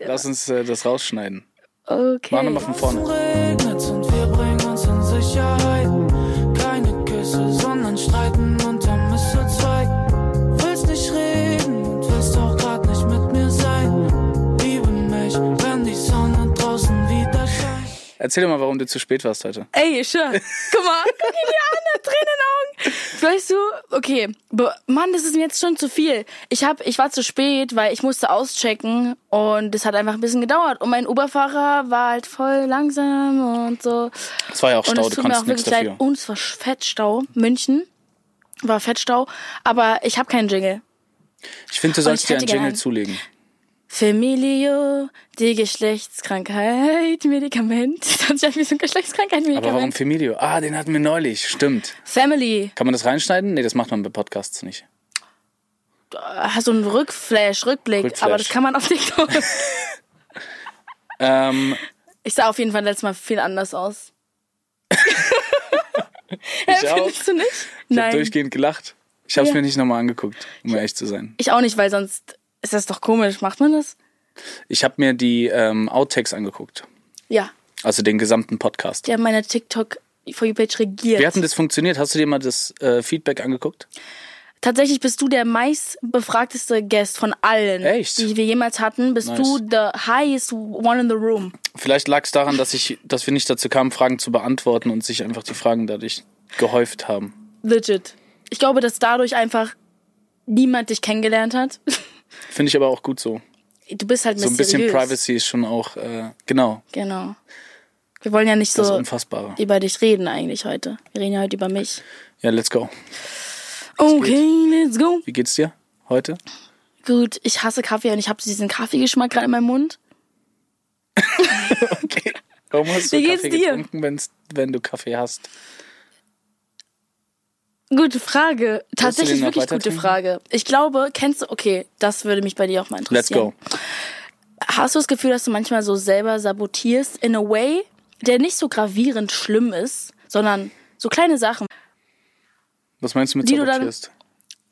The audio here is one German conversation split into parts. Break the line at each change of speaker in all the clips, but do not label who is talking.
Lass uns äh, das rausschneiden.
Okay.
Machen wir mal von vorne.
regnet's und wir bringen uns in Sicherheit. Keine Küsse, sondern streiten unterm Mistelzweig. Willst nicht reden und willst auch grad nicht mit mir sein. Liebe mich, wenn die Sonne draußen wieder scheint.
Erzähl doch mal, warum du zu spät warst heute.
Ey, schön. Guck mal, guck ihn dir an, hat Tränen in den Augen. Weißt du, okay, Be- Mann, das ist mir jetzt schon zu viel. Ich hab, ich war zu spät, weil ich musste auschecken und es hat einfach ein bisschen gedauert. Und mein Uberfahrer war halt voll langsam und so.
Es war ja auch
und
Stau,
es
du
tut mir
konntest
auch
nichts
wirklich
dafür.
leid. Uh. Und es war Fettstau. München war Fettstau. Aber ich habe keinen Jingle.
Ich finde, du sollst
ich
dir einen
hätte
Jingle
gern-
zulegen.
Familio, die Geschlechtskrankheit, Medikament. Das hat sich halt wie so ein Geschlechtskrankheit,
Aber warum
Medikament.
Familio? Ah, den hatten wir neulich. Stimmt.
Family.
Kann man das reinschneiden? Nee, das macht man bei Podcasts nicht.
hast du einen Rückflash, Rückblick,
Rückflash.
aber das kann man auf TikTok.
Ähm,
ich sah auf jeden Fall letztes Mal viel anders aus.
ich auch.
Findest du nicht?
Ich habe
Nein.
durchgehend gelacht. Ich habe es
Ja.
mir nicht nochmal angeguckt, um ehrlich zu sein.
Ich auch nicht, weil sonst ist das doch komisch. Macht man das?
Ich habe mir die ähm, Outtakes angeguckt.
Ja.
Also den gesamten Podcast.
Die haben meine TikTok For You Page regiert.
Wie hat denn das funktioniert? Hast du dir mal das äh, Feedback angeguckt?
Tatsächlich bist du der meistbefragteste Guest von allen,
Echt?
die wir jemals hatten. Bist
Nice.
du the highest one in the room.
Vielleicht lag es daran, dass, ich, dass wir nicht dazu kamen, Fragen zu beantworten und sich einfach die Fragen dadurch gehäuft haben.
Legit. Ich glaube, dass dadurch einfach niemand dich kennengelernt hat.
Finde ich aber auch gut so.
Du bist halt
So ein bisschen
mysteriös.
Privacy ist schon auch, äh, genau,
Genau. Wir wollen ja nicht
das
so
Unfassbare.
über dich reden eigentlich heute. Wir reden ja heute über mich.
Ja, let's go.
Okay, let's go.
Wie geht's dir heute?
Gut, ich hasse Kaffee und ich habe diesen Kaffeegeschmack gerade in meinem Mund.
Okay. Warum hast du
Wie geht's
Kaffee
dir?
getrunken, wenn's, wenn du Kaffee hast?
Gute Frage. Tatsächlich
noch
wirklich
weiter
gute
trinken?
Frage. Ich glaube, kennst du, okay, das würde mich bei dir auch mal
Let's
interessieren.
go.
Hast du das Gefühl, dass du manchmal so selber sabotierst in a way, der nicht so gravierend schlimm ist, sondern so kleine Sachen,
Was meinst du mit
Die du dann-
sabotierst?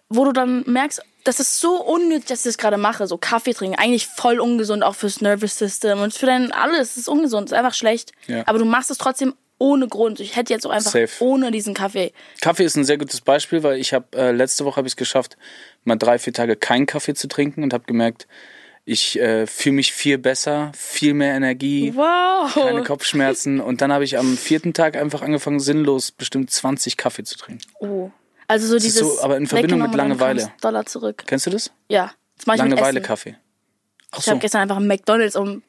wo du dann merkst, das ist so unnötig, dass ich das gerade mache. So Kaffee trinken, eigentlich voll ungesund, auch fürs Nervous System und für dein alles. Es ist ungesund, es ist einfach schlecht.
Ja.
Aber du machst es trotzdem ohne Grund. Ich hätte jetzt auch einfach
Safe.
ohne diesen Kaffee.
Kaffee ist ein sehr gutes Beispiel, weil ich habe äh, letzte Woche habe ich es geschafft, mal drei vier Tage keinen Kaffee zu trinken und habe gemerkt, ich äh, fühle mich viel besser, viel mehr Energie,
Wow.
keine Kopfschmerzen und dann habe ich am vierten Tag einfach angefangen sinnlos bestimmt 20 Kaffee zu trinken.
oh. Also so
ist
dieses.
so, aber in Verbindung mit
weggenommen und dann
Langeweile.
kommst Dollar zurück.
Kennst du das?
Ja. Das mache ich mit
Langeweile
Essen.
Kaffee. Ach
Ich habe
so,
gestern einfach McDonalds um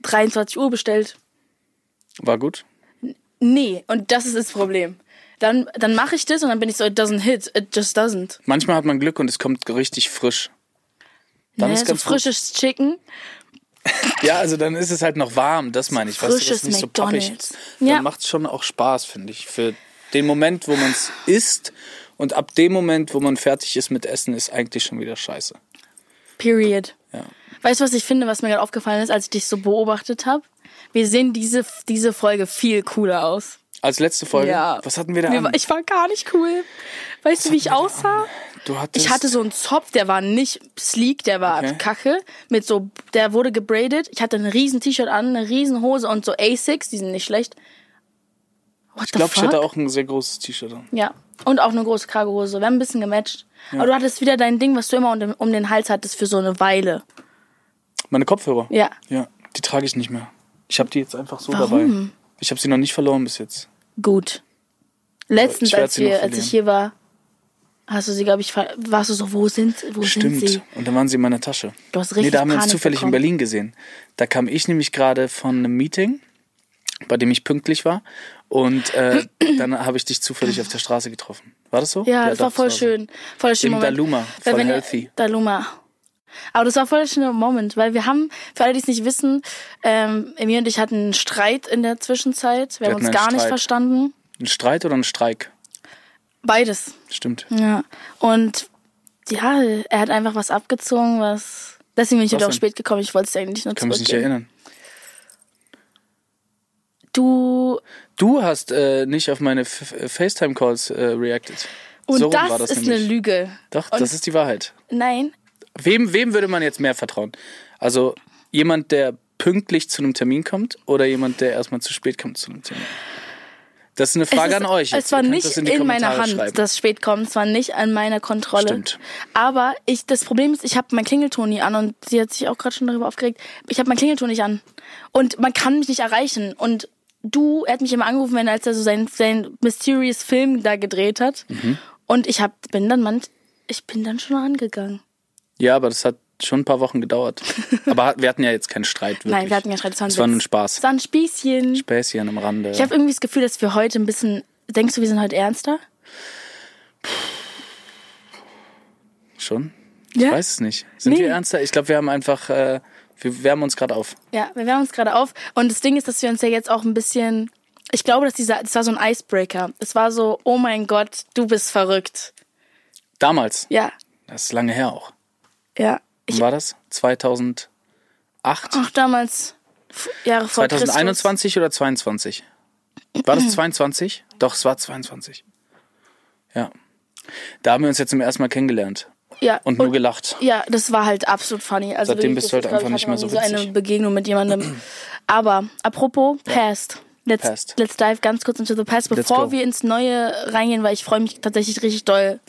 23 Uhr bestellt.
war gut.
Nee, und das ist das Problem. Dann, dann mache ich das und dann bin ich so, it doesn't hit, it just doesn't.
Manchmal hat man Glück und es kommt richtig frisch. Dann
Ne,
ist
so
ganz gut.
frisches Chicken.
Ja, also dann ist es halt noch warm, das meine ich. weißt du, das
Frisches
ist nicht
McDonald's.
so pappig. Dann
Ja.
macht es schon auch Spaß, finde ich. Für den Moment, wo man es isst und ab dem Moment, wo man fertig ist mit Essen, ist eigentlich schon wieder scheiße.
Period.
Ja.
Weißt du, was ich finde, was mir gerade aufgefallen ist, als ich dich so beobachtet habe? Wir sehen diese, diese Folge viel cooler aus.
Als letzte Folge, was hatten wir da
Mir
an?
war- Ich war gar nicht cool. Weißt du, wie ich aussah?
du hattest,
Ich hatte so einen Zopf, der war nicht sleek, der war
Okay.
kacke. Mit so, der wurde gebradet. Ich hatte ein riesen T-Shirt an, eine riesen Hose und so Asics, die sind nicht schlecht. What
ich glaube,
the
ich
fuck?
hatte auch ein sehr großes T-Shirt an.
Ja. Und auch eine große Cargohose. Wir haben ein bisschen gematcht. Aber du hattest wieder dein Ding, was du immer um den, um den Hals hattest für so eine Weile.
Meine Kopfhörer?
Ja.
Ja, die trage ich nicht mehr. Ich habe die jetzt einfach so
Warum?
dabei. Ich habe sie noch nicht verloren bis jetzt.
Gut. Letztens,
Ich werd
als,
sie Äh, noch
wir, als
verlieren.
ich hier war, hast du sie, glaube ich, ver- warst du so, wo sind, wo sind
Stimmt.
sie?
Und dann waren sie in meiner Tasche.
Du hast richtig
da haben wir uns
Panik
zufällig
bekommen.
in Berlin gesehen. Da kam ich nämlich gerade von einem Meeting, bei dem ich pünktlich war. Und äh, dann habe ich dich zufällig auf der Straße getroffen. War das so?
Ja, das
doch,
war voll
so.
schön. Voll schön.
Im
Moment.
Daluma,
Weil
voll
wenn ihr-
healthy.
Daluma. Aber das war voll ein schöner Moment, weil wir haben, für alle, die es nicht wissen, ähm, Emil und ich hatten einen Streit in der Zwischenzeit. Wir,
Wir
haben
hatten
uns gar
einen
nicht
Streit.
verstanden.
Ein Streit oder ein Streik?
Beides.
Stimmt.
Ja. Und ja, er hat einfach was abgezogen, was. Deswegen bin ich
Was
heute auch
denn?
spät gekommen. Ich wollte es eigentlich nur
Kann mich nicht
zurückgeben.
erinnern.
Du.
Du hast äh, nicht auf meine F- F- FaceTime-Calls äh, reacted.
Und
so rum
das,
war das
ist
nämlich.
eine Lüge.
Doch,
Und-
das ist die Wahrheit.
Nein,
Wem, wem würde man jetzt mehr vertrauen? Also Jemand, der pünktlich zu einem Termin kommt oder jemand, der erstmal zu spät kommt zu einem Termin? Das ist eine Frage
es ist,
an euch.
Es
jetzt.
war
Ihr könnt
nicht
das
in,
die
meiner
Kommentare
Hand,
schreiben.
das Spätkommen. Es war nicht an meiner Kontrolle.
Stimmt.
Aber ich, das Problem ist, ich habe mein Klingelton nie an und sie hat sich auch gerade schon darüber aufgeregt. Ich habe mein Klingelton nicht an. Und man kann mich nicht erreichen. Und du, er hat mich immer angerufen, wenn er als er so seinen, seinen Mysterious Film da gedreht hat.
Mhm.
Und ich hab, bin dann manch, ich bin dann schon rangegangen.
ja, aber das hat schon ein paar Wochen gedauert. Aber wir hatten ja jetzt keinen Streit wirklich.
Nein, wir hatten ja Streit, es war ein
Es war nur ein
Witz.
Spaß.
Das war ein Spießchen.
Späßchen am Rande.
Ich habe irgendwie das Gefühl, dass wir heute ein bisschen. Denkst du, wir sind heute ernster?
Schon?
Ja?
Ich weiß es nicht. Sind
Nee.
wir ernster? Ich glaube, wir haben einfach, äh, wir wärmen uns gerade auf.
Ja, wir wärmen uns gerade auf. Und das Ding ist, dass wir uns ja jetzt auch ein bisschen. Ich glaube, dass dieser. Es war so ein Icebreaker. Es war so, oh mein Gott, du bist verrückt.
Damals.
Ja,
Das ist lange her auch.
ja.
Wann
Ich
war das? 2008?
auch damals f- Jahre vor
2021 oder 22? War das 22? Doch, es war 22. Ja. Da haben wir uns jetzt zum ersten Mal kennengelernt
Christus. Ja.
und nur gelacht.
Ja, das war halt absolut funny. Also
Seitdem
wirklich,
bist du halt
das ist, glaub
einfach
ich,
nicht
hatte
mehr so
noch nie so
witzig.
eine Begegnung mit jemandem. Aber apropos Past. Let's,
Past.
let's dive ganz kurz into the past,
go.
bevor wir ins Neue reingehen, weil ich freue mich tatsächlich richtig doll,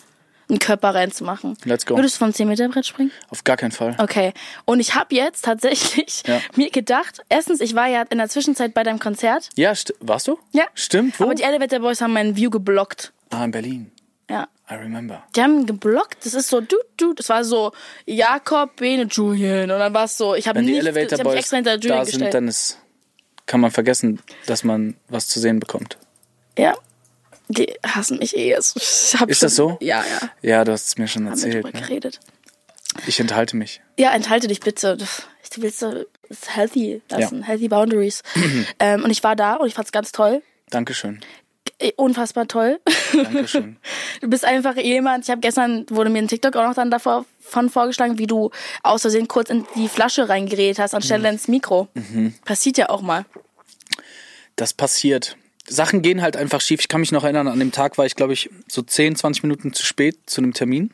einen Körper reinzumachen.
Let's go.
Würdest du vom 10-Meter-Brett springen?
Auf gar keinen Fall.
Okay. Und ich habe jetzt tatsächlich
Ja.
mir gedacht, erstens, ich war ja in der Zwischenzeit bei deinem Konzert.
Ja, st warst du?
Ja.
Stimmt, wo?
Aber die Elevator Boys haben meinen View geblockt.
ah, in Berlin.
Ja.
I remember.
Die haben geblockt. Das ist so, du, du. Das war so Jakob, Bene, Julian. Und dann war es so, ich habe
Wenn die
nichts, ich
Elevator
hab mich
Boys
extra hinter
da
Julian
sind,
gestellt.
dann ist, kann man vergessen, dass man was zu sehen bekommt.
ja. Die hassen mich eh. Es- Ich hab
Ist das
schon-
so?
Ja, ja. Haben
Ja, du hast es mir schon
wir
erzählt. Ne?
drüber geredet.
Ich enthalte mich.
Ja, enthalte dich bitte. Ich will es healthy lassen. Healthy Boundaries. ähm, und ich war da und ich fand's ganz toll.
Dankeschön.
Eh, Unfassbar toll.
Dankeschön.
Du bist einfach jemand, ich habe gestern, wurde mir ein TikTok auch noch dann davor von vorgeschlagen, wie du aus Versehen kurz in die Flasche reingeredet hast,
Mhm.
anstelle ins Mikro. Passiert ja auch mal.
das passiert. Sachen gehen halt einfach schief. Ich kann mich noch erinnern, an dem Tag war ich, glaube ich, so 10, 20 Minuten zu spät zu einem Termin.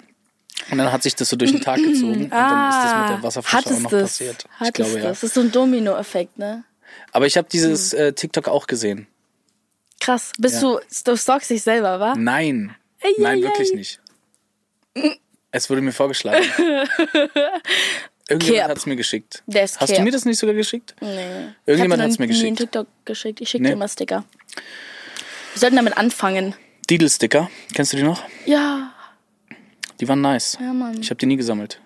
Und dann hat sich das so durch den Tag gezogen. und dann ist das mit der Wasserflasche auch noch
das?
passiert.
Ah, Hattest
ich glaube,
das?
ja.
Das ist so ein Domino-Effekt, ne?
Aber ich habe
Hm.
dieses äh, TikTok auch gesehen.
Krass. Bist
Ja. Mhm.
du, du stalkst dich selber, wa?
Nein.
Ei,
Nein,
ei,
wirklich
ei.
nicht. Es wurde mir vorgeschlagen.
Kerb.
Irgendjemand hat es mir geschickt.
Der ist
Hast du
Kerb.
mir das nicht sogar geschickt?
Nee.
Irgendjemand hat's mir
Ich hab dir noch nie einen
geschickt.
TikTok geschickt. Ich schicke
Nee.
dir mal Sticker. Wir sollten damit anfangen.
Diddle-Sticker. Kennst du die noch?
Ja.
Die waren nice.
Ja, Mann.
Ich habe die nie gesammelt.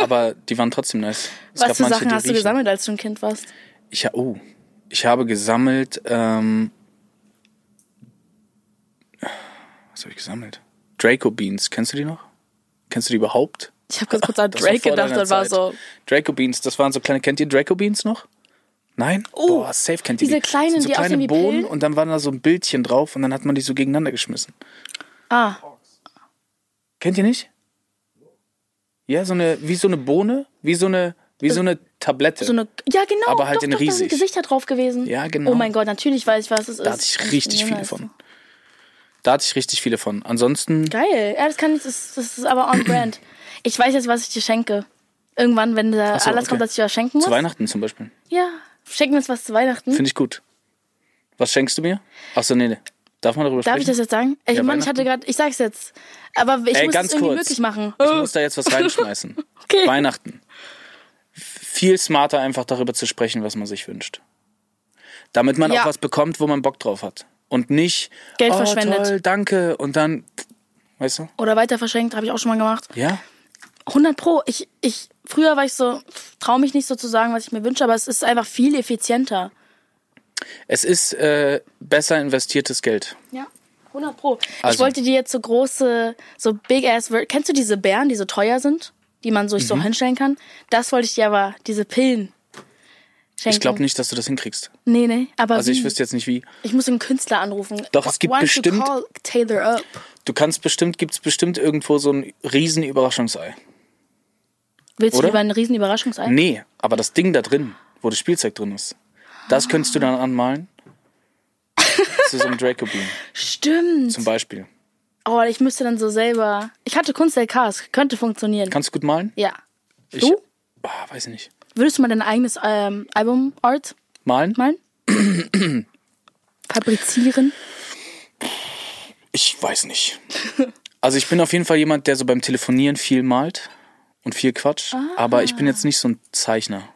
Aber die waren trotzdem nice. Es
Was für Sachen
die
hast du
riechen.
gesammelt, als du ein Kind warst?
Ich, ha- oh, ich habe gesammelt. Ähm, was habe ich gesammelt? Draco Beans. Kennst du die noch? Kennst du die überhaupt?
Ich habe kurz kurz an
Das war
Drake
vor
gedacht
deiner
und war
Zeit.
so,
Draco Beans, das waren so kleine. Kennt ihr Draco Beans noch? Nein? Oh, Boah, safe kennt ihr
diese
die. Das sind
kleinen,
so
die aussehen
kleine
wie
Bohnen
Pillen?
und dann waren da so ein Bildchen drauf und dann hat man die so gegeneinander geschmissen.
ah,
Kennt ihr nicht? Ja, so eine, wie so eine Bohne, wie so eine, wie so eine Tablette.
So eine, ja, genau.
Aber halt
doch,
in
doch, Da
riesig.
sind Gesichter drauf gewesen.
Ja, genau.
Oh mein Gott, natürlich weiß ich, was es ist.
da hatte ich richtig
Ja,
viele
weißt
von.
du.
Da hatte ich richtig viele von. Ansonsten
Geil. Ja, das kann ich, das, das ist aber on brand. Ich weiß jetzt, was ich dir schenke. Irgendwann, wenn da
Ach so,
alles
okay.
kommt, was ich dir was schenken muss.
zu Weihnachten zum Beispiel.
Ja. Schenken wir uns was zu Weihnachten.
Finde ich gut. Was schenkst du mir? Achso, nee, nee. Darf man darüber
Darf
sprechen?
ich das jetzt sagen? Ich Mann, ich
Weihnachten.
hatte gerade, ich sag's jetzt. Aber ich
Ey,
muss
ganz
es irgendwie
kurz.
möglich machen.
Ich muss da jetzt was reinschmeißen.
Oh. Okay.
Weihnachten. Viel smarter einfach darüber zu sprechen, was man sich wünscht. Damit man
Ja.
auch was bekommt, wo man Bock drauf hat. Und nicht
Geld
oh,
verschwendet.
Toll, danke. Und dann, weißt du?
Oder weiter verschenkt, habe ich auch schon mal gemacht.
Ja.
100 Pro. Ich, ich, früher war ich so, traue mich nicht so zu sagen, was ich mir wünsche, aber es ist einfach viel effizienter.
Es ist äh, besser investiertes Geld.
Ja, 100 Pro. Ich
Also.
wollte dir jetzt so große, so big ass, Ver- kennst du diese Bären, die so teuer sind, die man so,
Mhm.
so hinstellen kann? Das wollte ich dir aber, diese Pillen schenken.
Ich glaube nicht, dass du das hinkriegst.
Nee, nee, aber
Also
wie?
ich wüsste jetzt nicht wie.
ich muss einen Künstler anrufen.
Doch, es gibt
Once You
bestimmt-
call Taylor up.
Du kannst bestimmt, gibt's bestimmt irgendwo so ein riesen Überraschungsei.
Willst
Oder?
du lieber eine riesen Überraschungsei?
Nee, aber das Ding da drin, wo das Spielzeug drin ist, das könntest du dann anmalen. Zu so einem Draco Beam
Stimmt.
zum Beispiel.
Oh, ich müsste dann so selber. Ich hatte Kunst LK, es könnte funktionieren.
Kannst du gut malen?
ja.
Ich,
Du?
Ah, weiß ich nicht.
Würdest du mal dein eigenes ähm, Album-Art
Malen?
malen? Fabrizieren?
Ich weiß nicht. Also ich bin auf jeden Fall jemand, der so beim Telefonieren viel malt und viel Quatsch.
Ah.
Aber ich bin jetzt nicht so ein Zeichner.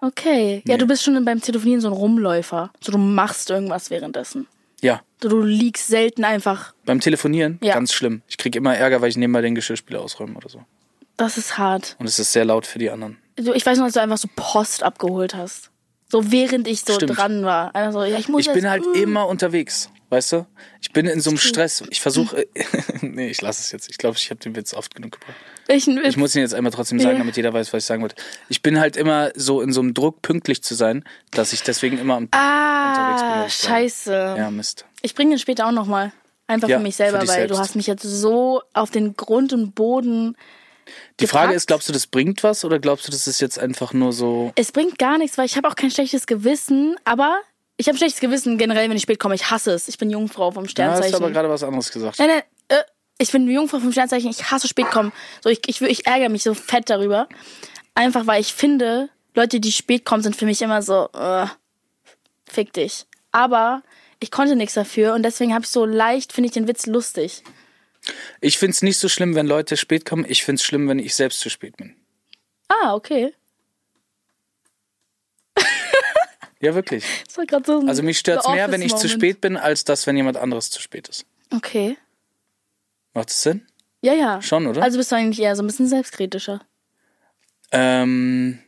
Okay. Ja,
Nee.
du bist schon beim Telefonieren so ein Rumläufer. So, du machst irgendwas währenddessen.
Ja,
So, du liegst selten einfach.
beim Telefonieren
Ja.
ganz schlimm. Ich krieg immer Ärger, weil ich nebenbei den Geschirrspüler ausräume oder so.
Das ist hart.
Und es ist sehr laut für die anderen.
Du, ich weiß noch, als du einfach so Post abgeholt hast. So während ich so
Stimmt.
dran war. Einfach so, ja, ich muss
Ich bin
jetzt- Hm,
halt immer unterwegs, weißt du? Ich bin in so einem Stress. Ich versuche. nee, ich lasse es jetzt. Ich glaube, ich habe den Witz oft genug gebracht.
Welchen Witz?
Ich muss ihn jetzt einmal trotzdem sagen,
Ja.
damit jeder weiß, was ich sagen wollte. Ich bin halt immer so in so einem Druck, pünktlich zu sein, dass ich deswegen immer am. unterwegs bin,
ah,
wenn ich bleibe.
scheiße.
Ja, Mist.
Ich bringe den später auch nochmal. Einfach
Ja,
für mich selber,
für dich
weil du
selbst.
hast mich jetzt so auf den Grund und Boden.
Die Frage
Gepackt.
ist, glaubst du, das bringt was oder glaubst du, das ist jetzt einfach nur so.
Es bringt gar nichts, weil ich habe auch kein schlechtes Gewissen, aber ich habe ein schlechtes Gewissen generell, wenn ich spät komme. Ich hasse es. Ich bin Jungfrau
Ja,
vom
hast
Sternzeichen.
du aber gerade was anderes gesagt.
nein, nein, äh, ich bin Jungfrau vom Sternzeichen. Ich hasse spät kommen. So, ich, ich, ich ärgere mich so fett darüber. Einfach, weil ich finde, Leute, die spät kommen, sind für mich immer so, äh, fick dich. Aber ich konnte nichts dafür und deswegen habe ich so leicht, finde ich den Witz lustig.
Ich find's nicht so schlimm, wenn Leute spät kommen. Ich find's schlimm, wenn ich selbst zu spät bin.
Ah, okay.
Ja, wirklich.
Das war grad so ein
Also mich stört's
The
mehr, wenn ich zu
Office-Moment.
spät bin, als das, wenn jemand anderes zu spät ist.
Okay.
Macht das Sinn?
Ja, ja.
Schon, oder?
Also bist du eigentlich eher so ein bisschen selbstkritischer.
Ähm,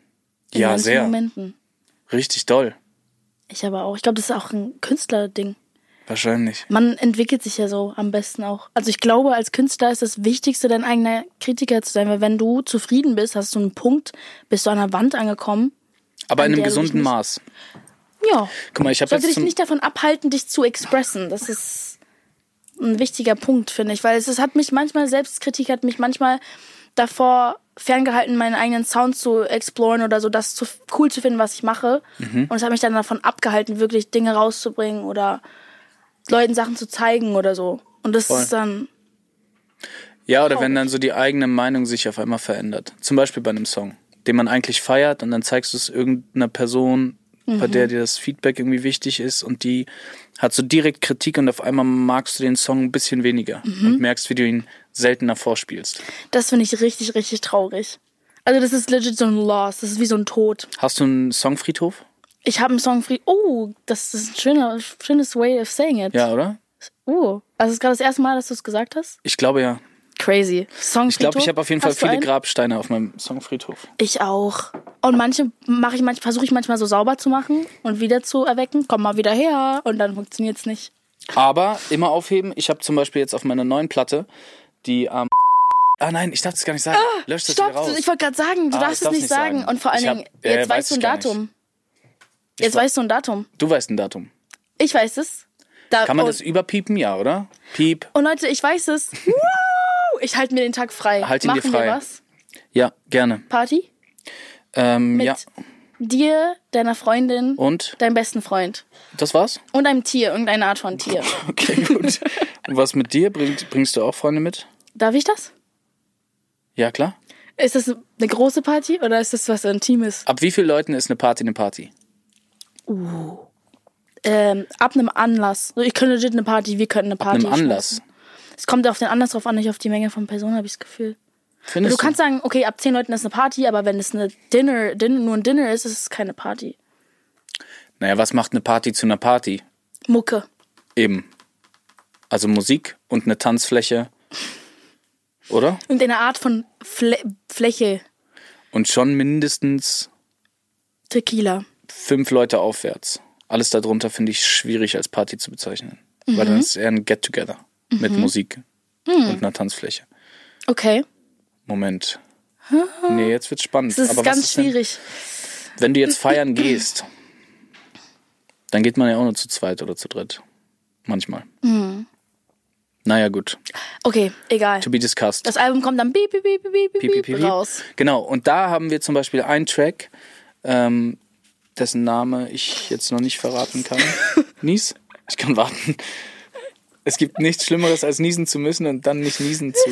In
ja,
manchen
sehr.
Momenten.
Richtig doll.
Ich aber auch. Ich glaube, das ist auch ein Künstlerding.
Wahrscheinlich.
Man entwickelt sich ja so am besten auch. Also ich glaube, als Künstler ist das Wichtigste, dein eigener Kritiker zu sein, weil wenn du zufrieden bist, hast du einen Punkt, bist du an der Wand angekommen.
Aber in
An
einem
der du dich
gesunden
nicht-
Maß.
Ja.
Guck mal, ich habe
Sollte
jetzt
dich
zum,
nicht davon abhalten, dich zu expressen. Das ist ein wichtiger Punkt, finde ich, weil es, es hat mich manchmal, Selbstkritik hat mich manchmal davor ferngehalten, meinen eigenen Sound zu exploren oder so, das zu cool zu finden, was ich mache.
Mhm.
Und es hat mich dann davon abgehalten, wirklich Dinge rauszubringen oder Leuten Sachen zu zeigen oder so. Und das
Voll.
ist dann,
ja, oder wenn dann so die eigene Meinung sich auf einmal verändert. Zum Beispiel bei einem Song, den man eigentlich feiert und dann zeigst du es irgendeiner Person,
Mhm.
bei der dir das Feedback irgendwie wichtig ist und die hat so direkt Kritik und auf einmal magst du den Song ein bisschen weniger
Mhm.
und merkst, wie du ihn seltener vorspielst.
das finde ich richtig, richtig traurig. Also das ist legit so ein Loss, das ist wie so ein Tod.
Hast du einen Songfriedhof?
Ich habe einen Song, Free oh, das ist ein schöner, schönes way of saying it.
Ja, oder?
Oh, also ist gerade das erste Mal, dass du es gesagt hast?
Ich glaube ja.
Crazy. Song
Ich glaube, ich habe auf jeden Fall viele Grabsteine auf meinem Songfriedhof.
Ich auch. Und manche mache ich manch, versuche ich manchmal so sauber zu machen und wieder zu erwecken. Komm mal wieder her und dann funktioniert es nicht.
Aber immer aufheben. Ich habe zum Beispiel jetzt auf meiner neuen Platte die am. ah nein, ich darf das gar nicht sagen. Lösch das
Ah, Stopp,
wieder raus.
ich wollte gerade sagen, du
Ah, ich
darfst es
darf's
nicht
nicht
sagen.
sagen.
Und vor allen
Ich hab-
Dingen,
äh,
jetzt
weiß
weißt du
ich
ein
gar nicht.
Datum. Jetzt weißt du ein Datum.
du weißt ein Datum.
Ich weiß es. Da,
Kann man
oh.
das überpiepen? Ja, oder? Piep.
Und Leute, ich weiß es. Wow! Ich halte mir den Tag frei.
Halt ihn dir
Machen
frei.
wir was?
Ja, gerne.
Party?
Ähm,
Mit
ja. Oh.
dir, deiner Freundin,
Und?
deinem besten Freund.
Das war's?
Und einem Tier, irgendeine Art von Tier.
Okay, gut. Und was mit dir? Bringst, bringst du auch Freunde mit?
Darf ich das?
Ja, klar.
Ist das eine große Party oder ist das was Intimes?
Ab wie vielen Leuten ist eine Party eine Party?
Ähm, ab einem Anlass. So, Ich könnte legit eine Party, wir könnten eine Party.
Einem Anlass.
schmeißen. Es kommt auf den Anlass drauf an, nicht auf die Menge von Personen, habe ich das Gefühl.
Findest
du kannst sagen, okay, ab zehn Leuten ist eine Party, aber wenn es eine Dinner, Din nur ein Dinner ist, ist es keine Party.
Naja, was macht eine Party zu einer Party?
Mucke.
Eben. Also Musik und eine Tanzfläche. Oder?
Irgendeine Art von Fle Fläche.
Und schon mindestens
Tequila.
fünf Leute aufwärts. Alles darunter finde ich schwierig als Party zu bezeichnen. Weil
Mhm.
dann ist es eher ein Get-Together mit Musik und einer Tanzfläche.
Okay.
Moment. Nee, jetzt wird's spannend.
Das ist
Aber was
ganz
ist denn,
schwierig.
Wenn du jetzt feiern gehst, dann geht man ja auch nur zu zweit oder zu dritt. Manchmal.
Hm.
Naja, gut.
Okay, egal.
To be discussed.
Das Album kommt dann beep, beep, beep, beep,
Piep, piep,
beep, beep,
piep,
beep
piep.
raus.
Genau, und da haben wir zum Beispiel einen Track, ähm, dessen Name ich jetzt noch nicht verraten kann. Nies? Ich kann warten. Es gibt nichts Schlimmeres, als niesen zu müssen und dann nicht niesen zu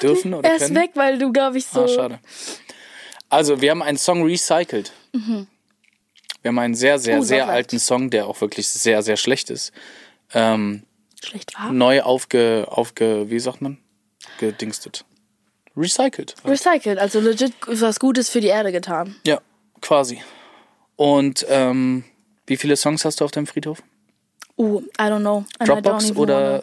dürfen oder
Er ist
können.
weg, weil du, glaube ich, so.
Ah, schade. Ah, Also, wir haben einen Song recycelt. Wir haben einen sehr, sehr,
Mhm. Oh,
sehr
Sorgleich.
alten Song, der auch wirklich sehr, sehr schlecht ist. Ähm,
Schlecht war.
neu aufge, aufge, wie sagt man? Gedingstet. Recycelt.
Recycelt, also legit was Gutes für die Erde getan.
Ja, quasi. Und ähm, wie viele Songs hast du auf deinem Friedhof?
Uh, I don't know. And I don't
Dropbox
even
oder
wanna-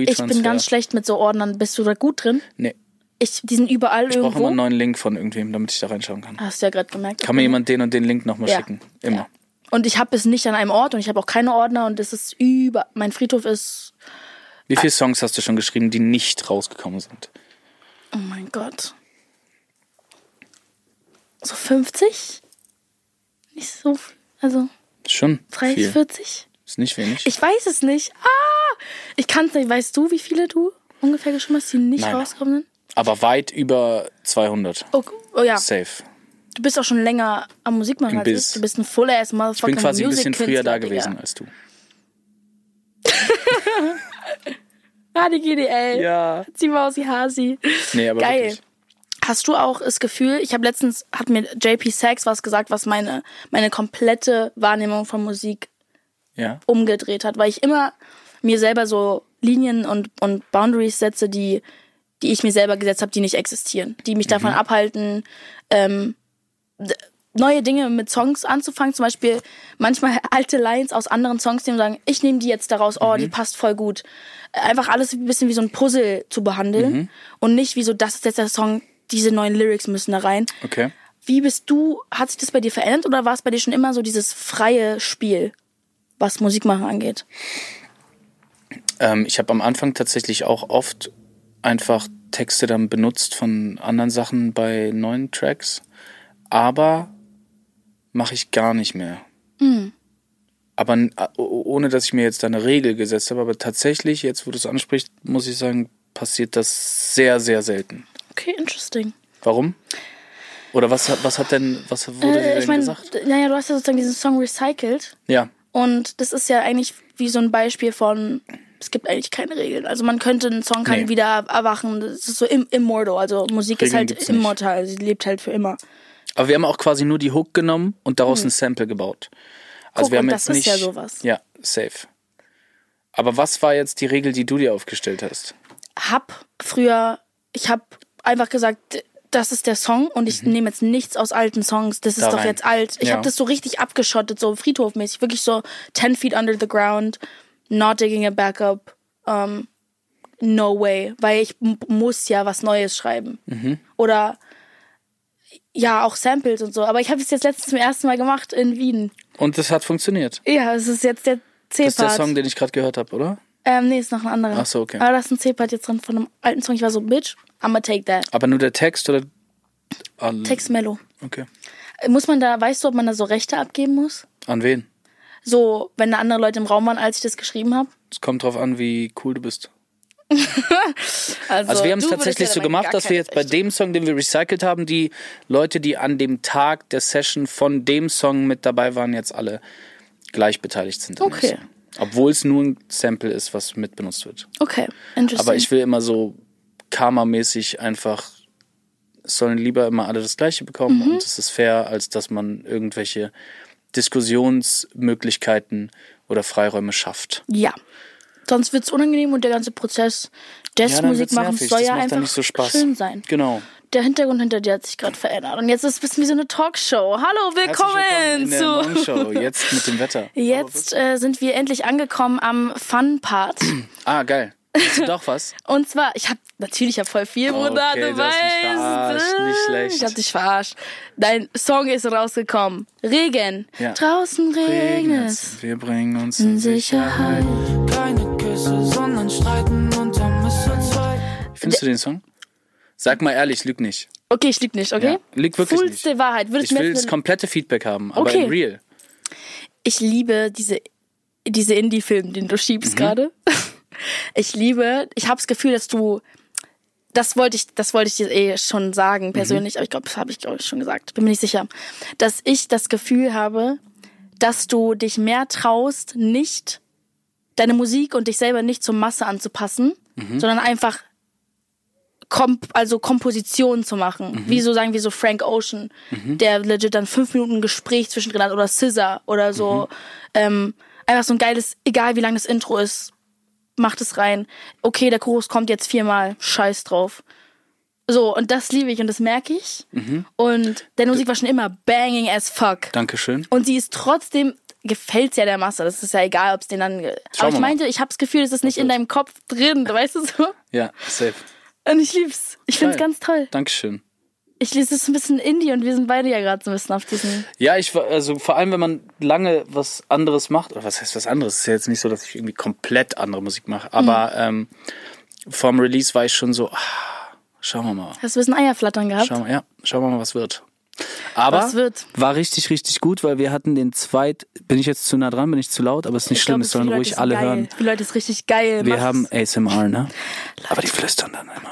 Ich
WeTransfer?
bin ganz schlecht mit so Ordnern. Bist du da gut drin?
Nee,
Ich, die sind überall
ich brauche immer
irgendwo.
einen neuen Link von irgendwem, damit ich da reinschauen kann.
Hast du ja gerade gemerkt.
Kann mir jemand den und den Link nochmal
Mhm. Ja.
schicken? Immer.
Ja. Und ich habe es nicht an einem Ort und ich habe auch keine Ordner und es ist über. Mein Friedhof ist.
Wie viele Songs hast du schon geschrieben, die nicht rausgekommen sind?
Oh mein Gott. So 50? Nicht so. viel. Also
Schon
30,
viel.
40?
Ist nicht wenig.
Ich weiß es nicht. Ah! Ich kann es nicht. Weißt du, wie viele du ungefähr geschrieben hast, die nicht
Nein.
rausgekommen sind?
Aber weit über 200.
Oh, oh ja.
Safe.
Du bist auch schon länger am Musikmarkt
Im
als ich.
Biz.
Du bist ein full-ass
Ich bin
Motherfucking
quasi ein
Music
bisschen früher da gewesen als du.
Ah, die GDL.
Ja.
Sie war sie Hasi.
Nee, aber
Geil.
wirklich.
Hast du auch das Gefühl, ich habe letztens, hat mir JP Sachs was gesagt, was meine, meine komplette Wahrnehmung von Musik
Ja.
umgedreht hat, weil ich immer mir selber so Linien und, und Boundaries setze, die, die ich mir selber gesetzt habe, die nicht existieren, die mich davon abhalten, ähm, d- neue Dinge mit Songs anzufangen. Zum Beispiel manchmal alte Lines aus anderen Songs nehmen und sagen, ich nehme die jetzt daraus, oh, die passt voll gut. Äh, Einfach alles ein bisschen wie so ein Puzzle zu behandeln und nicht wie so, das ist jetzt der Song, diese neuen Lyrics müssen da rein.
Okay.
Wie bist du, hat sich das bei dir verändert oder war es bei dir schon immer so dieses freie Spiel, was Musik machen angeht?
Ähm, ich habe am Anfang tatsächlich auch oft einfach Texte dann benutzt von anderen Sachen bei neuen Tracks, aber mache ich gar nicht mehr.
Mhm.
Aber n- a- o- ohne, dass ich mir jetzt da eine Regel gesetzt habe, aber tatsächlich, jetzt wo du es ansprichst, muss ich sagen, passiert das sehr, sehr selten.
Okay, interesting.
Warum? Oder was, hat- was hat denn, was wurde dir
Äh,
denn
ich meine,
gesagt?
d- naja, du hast ja sozusagen diesen Song recycelt
Ja,
und das ist ja eigentlich wie so ein Beispiel von, es gibt eigentlich keine Regeln. Also man könnte einen Song kann
Nee.
wieder erwachen, das ist so im, immortal, also Musik
Regeln
ist
gibt's nicht.
halt immortal, sie lebt halt für immer.
aber wir haben auch quasi nur die Hook genommen und daraus ein Sample gebaut. Also
Hm. Guck,
wir haben
und
jetzt
das
nicht
ist ja sowas.
Ja, safe. Aber was war jetzt die Regel, die du dir aufgestellt hast?
hab früher, ich hab einfach gesagt, das ist der Song und ich nehme jetzt nichts aus alten Songs. Das
Mhm.
ist
Da
doch
rein.
jetzt alt. Ich
Ja.
hab das so richtig abgeschottet, so friedhofmäßig, wirklich so 10 feet under the ground, not digging it back up. Um, no way, weil ich m- muss ja was Neues schreiben.
Mhm.
Oder ja, auch Samples und so. Aber ich habe es jetzt letztens zum ersten Mal gemacht in Wien.
Und das hat funktioniert.
Ja, es ist jetzt der
Das ist der
C-Part.
Song, den ich gerade gehört habe, oder?
Ähm, nee, ist noch ein anderer.
Ach so, okay.
Aber da ist ein C-Part jetzt drin von einem alten Song. Ich war so, Bitch, I'ma take that.
Aber nur der Text oder an,
Text Mello.
Okay.
Muss man da, weißt du, ob man da so Rechte abgeben muss?
An wen?
So, wenn da andere Leute im Raum waren, als ich das geschrieben habe?
Es kommt drauf an, wie cool du bist.
Also,
Also wir haben es
du würdest
tatsächlich
ja
so
dabei
gemacht,
gar
dass wir
keine
jetzt bei
Rechte-
dem Song, den wir recycelt haben, die Leute, die an dem Tag der Session von dem Song mit dabei waren, jetzt alle gleich beteiligt sind. an dem
Okay.
Song. Obwohl es nur ein Sample ist, was mit benutzt wird.
Okay, interesting.
Aber ich will immer so karmamäßig einfach, es sollen lieber immer alle das Gleiche bekommen
Mhm.
und es ist fair, als dass man irgendwelche Diskussionsmöglichkeiten oder Freiräume schafft.
ja. Sonst wird's unangenehm und der ganze Prozess Jazzmusik
wird's
machen
nervig.
soll
Das
ja
macht dann
einfach
nicht so Spaß.
schön sein.
Genau.
Der Hintergrund hinter dir hat sich gerade verändert. Und jetzt ist es ein bisschen wie so eine Talkshow. Hallo, willkommen,
Herzlich willkommen in der
zu.
Morgenshow, jetzt mit dem Wetter.
Jetzt äh, sind wir endlich angekommen am Fun-Part.
Ah, geil. Hast du doch was?
Und zwar, ich habe natürlich ja voll viel, Bruder,
Okay,
du,
du hast mich
weißt.
verarscht, nicht schlecht.
Ich hab dich verarscht. Dein Song ist rausgekommen. Regen.
Ja.
Draußen regnet es.
Regnet's. Wir bringen uns in Sicherheit.
Keine Küsse, sondern streiten und dann bist du zwei.
Findest du den Song? Sag mal ehrlich, lüg nicht.
Okay, ich lieg nicht, okay?
Ja, lieg wirklich nicht.
Fullste Wahrheit. Würdest
Ich
du mir
will
jetzt
das
eine-
komplette Feedback haben, aber
Okay.
in real.
ich liebe diese, diese Indie-Film, den du schiebst
Mhm.
gerade. Ich liebe, ich habe das Gefühl, dass du, das wollte ich, das wollte ich dir eh schon
Mhm.
sagen persönlich, aber ich glaube, das habe ich glaube ich schon gesagt, bin mir nicht sicher, dass ich das Gefühl habe, dass du dich mehr traust, nicht deine Musik und dich selber nicht zur Masse anzupassen, sondern einfach Komp also Kompositionen zu machen. Wie so, sagen wir so Frank Ocean, der legit dann fünf Minuten Gespräch zwischendrin hat oder Scissor oder so. Ähm, einfach so ein geiles, egal wie lang das Intro ist, macht es rein. Okay, der Chorus kommt jetzt viermal, scheiß drauf. So, und das liebe ich und das merke ich. Und der Musik war schon immer banging as fuck.
Dankeschön.
Und sie ist trotzdem, gefällt's ja der Masse. Das ist ja egal, ob's den dann.
Schauen
aber ich
wir mal.
meinte, ich habe das Gefühl, es ist nicht in deinem Kopf drin, weißt du so?
Ja, safe.
Und ich lieb's. Ich find's
Geil.
ganz toll.
Dankeschön.
Ich lese es ist ein bisschen Indie und wir sind beide ja gerade so ein bisschen auf diesem.
Ja, ich war, also vor allem, wenn man lange was anderes macht, oder was heißt was anderes? Es ist ja jetzt nicht so, dass ich irgendwie komplett andere Musik mache, aber ähm, vorm Release war ich schon so, ah, schauen wir mal.
Hast du ein bisschen Eierflattern gehabt?
Schauen wir, ja, schauen wir mal, was wird. Aber
Was wird?
war richtig, richtig gut, weil wir hatten den zweit. Bin ich jetzt zu nah dran, bin ich zu laut, aber ist nicht
Ich
schlimm,
glaub,
es
für die
sollen
Leute
ruhig
ist
alle
geil.
hören.
Für die Leute ist richtig geil.
Wir
Macht's.
haben ASMR, ne? Aber die flüstern dann immer.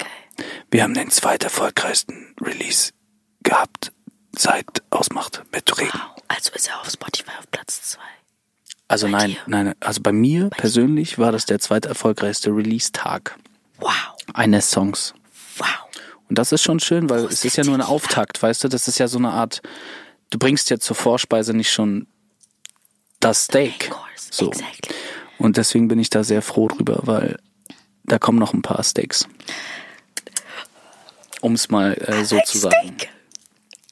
Wir haben den zweit erfolgreichsten Release gehabt seit Ausmacht mit Regen.
Also ist er auf Spotify auf Platz zwei.
Also nein,
dir?
nein, also bei mir persönlich war das der zweit erfolgreichste Release-Tag
Wow.
eines Songs.
Wow.
Und das ist schon schön, weil es ist ja nur ein
Großartig, ja.
Auftakt, weißt du? Das ist ja so eine Art, du bringst ja zur Vorspeise nicht schon das
Of
Steak.
course.
So.
Exactly.
Und deswegen bin ich da sehr froh drüber, weil da kommen noch ein paar Steaks. Um es mal äh, so
Like
zu sagen.
Steak.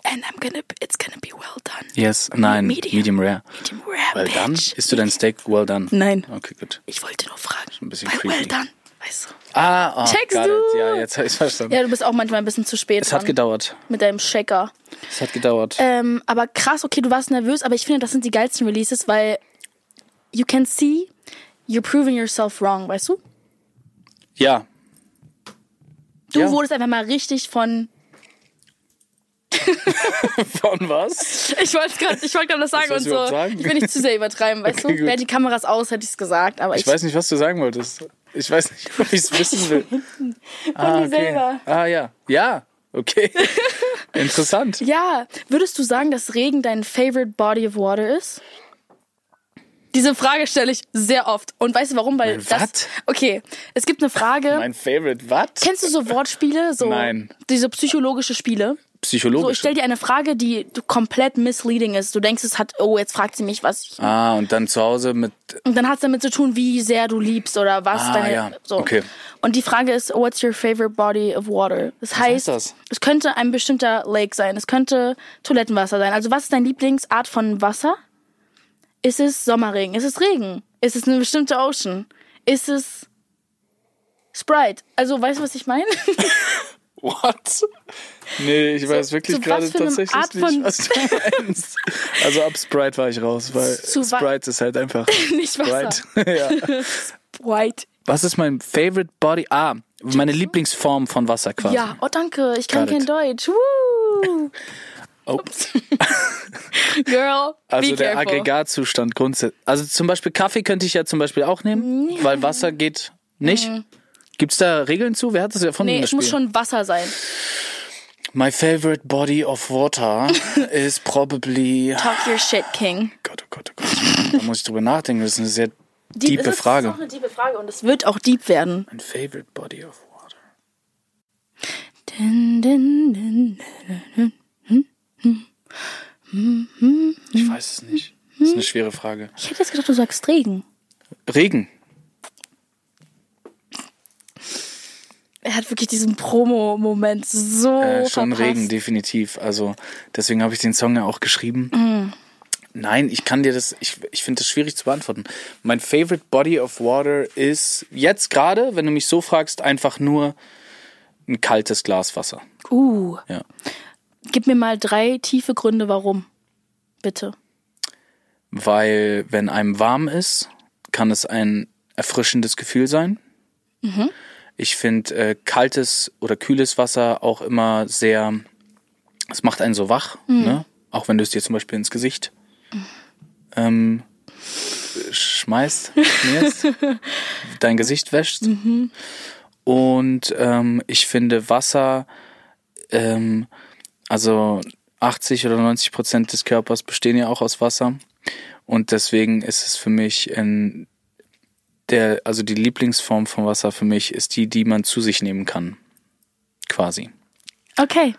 And I'm gonna, it's gonna be well done.
Yes, nein, medium,
Medium.
rare.
Medium rare,
Weil dann
bitch.
isst du dein Steak well done.
Nein.
Okay, gut.
Ich wollte nur fragen.
ein bisschen
weil
creepy.
well done. Weißt du?
Ah, oh,
Checkst
got
du?
It. Ja, jetzt habe ich verstanden.
Ja, du bist auch manchmal ein bisschen zu spät.
Es hat
dran
gedauert.
Mit deinem Shaker.
Es hat gedauert.
Ähm, aber krass, okay, du warst nervös, aber ich finde, das sind die geilsten Releases, weil you can see you're proving yourself wrong, weißt du?
ja.
Du
Ja.
wurdest einfach mal richtig von.
Von was?
Ich wollte gerade wollt grad was sagen
sollst
und
du überhaupt
so.
sagen?
Ich will nicht zu sehr übertreiben, weißt
Okay,
du?
gut.
Wäre die Kameras aus, hätte ich es gesagt, aber ich.
Ich weiß nicht, was du sagen wolltest. Ich weiß nicht, ob ich es wissen will. ah,
dir selber.
ah, ja. Ja, okay. Interessant.
Ja, würdest du sagen, dass Regen dein favorite body of water ist? Diese Frage stelle ich sehr oft. Und weißt du warum? Weil
Mein
das.
Watt?
Okay, es gibt eine Frage.
Mein Favorite, was?
Kennst du so Wortspiele? So,
Nein.
Diese psychologische Spiele? So, ich
Psychologisch.
stell dir eine Frage, die du- komplett misleading ist. Du denkst, es hat, oh, jetzt fragt sie mich, was ich.
ah, und dann zu Hause mit.
Und dann hat es damit zu tun, wie sehr du liebst oder was
Ah,
deine.
ja.
So.
Okay.
Und die Frage ist, what's your favorite body of water? Das
heißt
heißt,
das?
es könnte ein bestimmter Lake sein, es könnte Toilettenwasser sein. Also, was ist deine Lieblingsart von Wasser? Ist es Sommerregen? Ist es Regen? Ist es eine bestimmte Ocean? Ist es Sprite? Also, weißt du, was ich meine?
What? Nee, ich weiß wirklich
zu
gerade
was für einem
tatsächlich
Art
nicht,
von-
was du meinst. Also ab Sprite war ich raus, weil
Zu wa-
Sprite ist halt einfach
Nicht Wasser.
Sprite. ja.
White.
Was ist mein Favorite Body? Ah, meine Lieblingsform von Wasser quasi.
Ja, oh danke, ich kann
Got it.
kein Deutsch. Woo.
Oh.
Girl,
Also
be
der
careful.
Aggregatzustand grundsätzlich. Also zum Beispiel Kaffee könnte ich ja zum Beispiel auch nehmen, weil Wasser geht nicht. Gibt's da Regeln zu? Wer hat das erfunden?
Mhm. Nee,
das
es muss
Spiel?
schon Wasser sein.
My favorite body of water is probably. Oh
Talk your shit, King.
Gott, oh Gott, oh Gott. Da muss ich drüber nachdenken. Das ist eine sehr diepe
ist, Das
Frage.
ist auch eine tiefe Frage und es wird auch deep werden.
Mein favorite body of water.
Din, din, din.
Ich weiß es nicht. Das
Mhm.
ist eine schwere Frage.
Ich hätte jetzt gedacht, du sagst Regen.
Regen.
Er hat wirklich diesen Promo-Moment so
Äh, schon
verpasst.
Regen, definitiv. Also deswegen habe ich den Song ja auch geschrieben. Nein, ich kann dir das, ich, ich finde das schwierig zu beantworten. Mein favorite body of water ist jetzt gerade, wenn du mich so fragst, einfach nur ein kaltes Glas Wasser.
Uh,
Ja.
gib mir mal drei tiefe Gründe, warum. Bitte.
Weil wenn einem warm ist, kann es ein erfrischendes Gefühl sein. Ich finde äh, kaltes oder kühles Wasser auch immer sehr, es macht einen so wach, ne? auch wenn du es dir zum Beispiel ins Gesicht ähm, schmeißt, schmierst, dein Gesicht wäscht. Und ähm, ich finde Wasser, ähm, also 80 oder 90 Prozent des Körpers bestehen ja auch aus Wasser. Und deswegen ist es für mich ein, der, also die Lieblingsform von Wasser für mich ist die, die man zu sich nehmen kann. quasi.
Okay.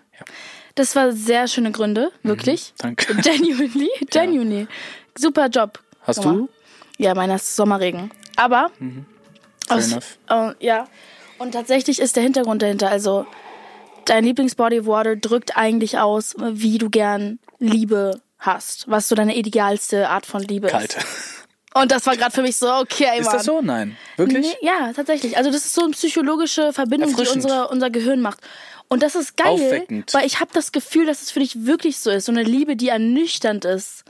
Das war sehr schöne Gründe,
Mhm.
wirklich.
Danke.
Genuinely, genuinely. Super Job.
Hast
Nochmal.
du? Hm,
Ja, meiner ist Sommerregen. Aber,
Fair
aus,
enough.
äh, ja. Und tatsächlich ist der Hintergrund dahinter. Also, dein Lieblingsbody of Water drückt eigentlich aus, wie du gern Liebe hast. Was so deine idealste Art von Liebe
Kalt.
ist. Und das war gerade für mich so, okay, Mann.
Ist das so? Nein. Wirklich?
Nee, ja, tatsächlich. Also das ist so eine psychologische Verbindung, die
Erfrischend.
unsere, unser Gehirn macht. Und das ist geil,
Aufweckend.
weil ich habe das Gefühl, dass es für dich wirklich so ist. So eine Liebe, die ernüchternd ist.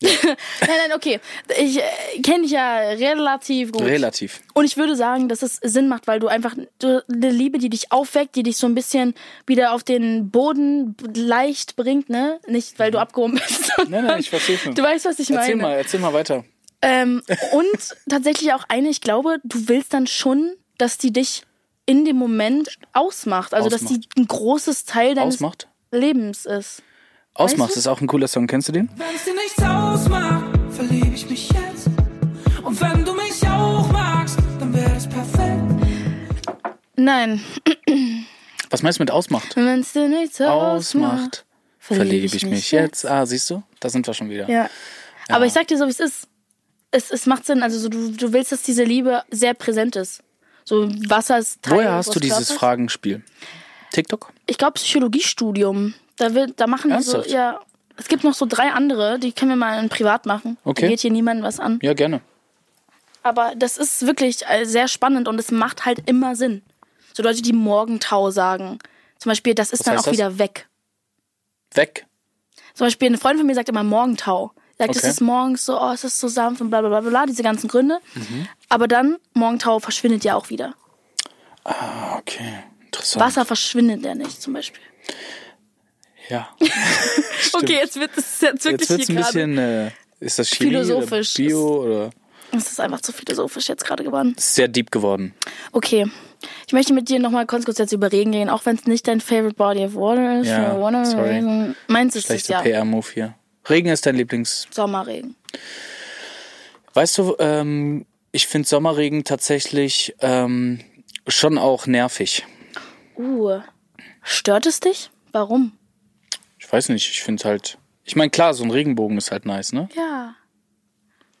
nein, nein, okay. Ich äh, kenne dich ja relativ gut.
Relativ.
Und ich würde sagen, dass es Sinn macht, weil du einfach du, eine Liebe, die dich aufweckt, die dich so ein bisschen wieder auf den Boden leicht bringt, ne? Nicht, weil du abgehoben bist.
Nein, nein, ich verstehe schon.
Du weißt, was ich
Ne. Erzähl
meine.
mal, erzähl mal weiter.
Ähm, und tatsächlich auch eine, ich glaube, du willst dann schon, dass die dich in dem Moment ausmacht. Also, dass die
Ausmacht.
ein großes Teil deines
Ausmacht?
Lebens ist.
Ausmacht
Weißt du?
ist auch ein cooler Song. Kennst du den?
Wenn's dir nichts ausmacht, verlieb ich mich jetzt. Und wenn du mich auch magst, dann wäre es perfekt.
Nein,
Was meinst du mit Ausmacht?
wenn es dir nichts ausmacht,
Ausmacht. Verliebe ich mich jetzt. Ah, siehst du? Da sind wir schon wieder.
Ja. Aber ich sag dir so, wie es ist. Es, es macht Sinn. Also, so, du, du willst, dass diese Liebe sehr präsent ist. So, Wasser ist Teil
Woher hast du
unseres
dieses
Körpers.
Fragenspiel? TikTok?
Ich glaube, Psychologiestudium. Da, wird, da machen wir so,
Ernsthaft?
ja. Es gibt noch so drei andere, die können wir mal in privat machen. Da
Okay.
Geht hier niemandem was an.
Ja, gerne.
Aber das ist wirklich äh, sehr spannend und es macht halt immer Sinn. So Leute, die Morgentau sagen. Zum Beispiel, das ist
Was
dann auch
heißt das?
wieder weg.
Weg.
Zum Beispiel, eine Freundin von mir sagt immer Morgentau. Sagt, es
Okay.
ist morgens so, oh, es ist so sanft und bla bla bla bla, diese ganzen Gründe.
Mhm.
Aber dann, Morgentau verschwindet ja auch wieder.
Ah, Okay, interessant.
Wasser verschwindet ja nicht, zum Beispiel.
Ja.
Okay, jetzt wird es jetzt wirklich
Jetzt wird's ein
hier gerade.
bisschen. Äh, ist das Chemie
Philosophisch.
Oder Bio oder.
Es ist einfach zu philosophisch jetzt gerade geworden.
Ist sehr deep geworden.
Okay. Ich möchte mit dir nochmal ganz kurz jetzt über Regen gehen, auch wenn es nicht dein favorite body of water ist.
Ja,
or water,
sorry.
Regen. Meins ist es
Schlechter
ja.
PR-Move hier. Regen ist dein Lieblings.
Sommerregen.
Weißt du, ähm, ich finde Sommerregen tatsächlich ähm, schon auch nervig.
Uh. Stört es dich? Warum?
Ich weiß nicht, ich finde halt. Ich meine, klar, so ein Regenbogen ist halt nice, ne?
Ja.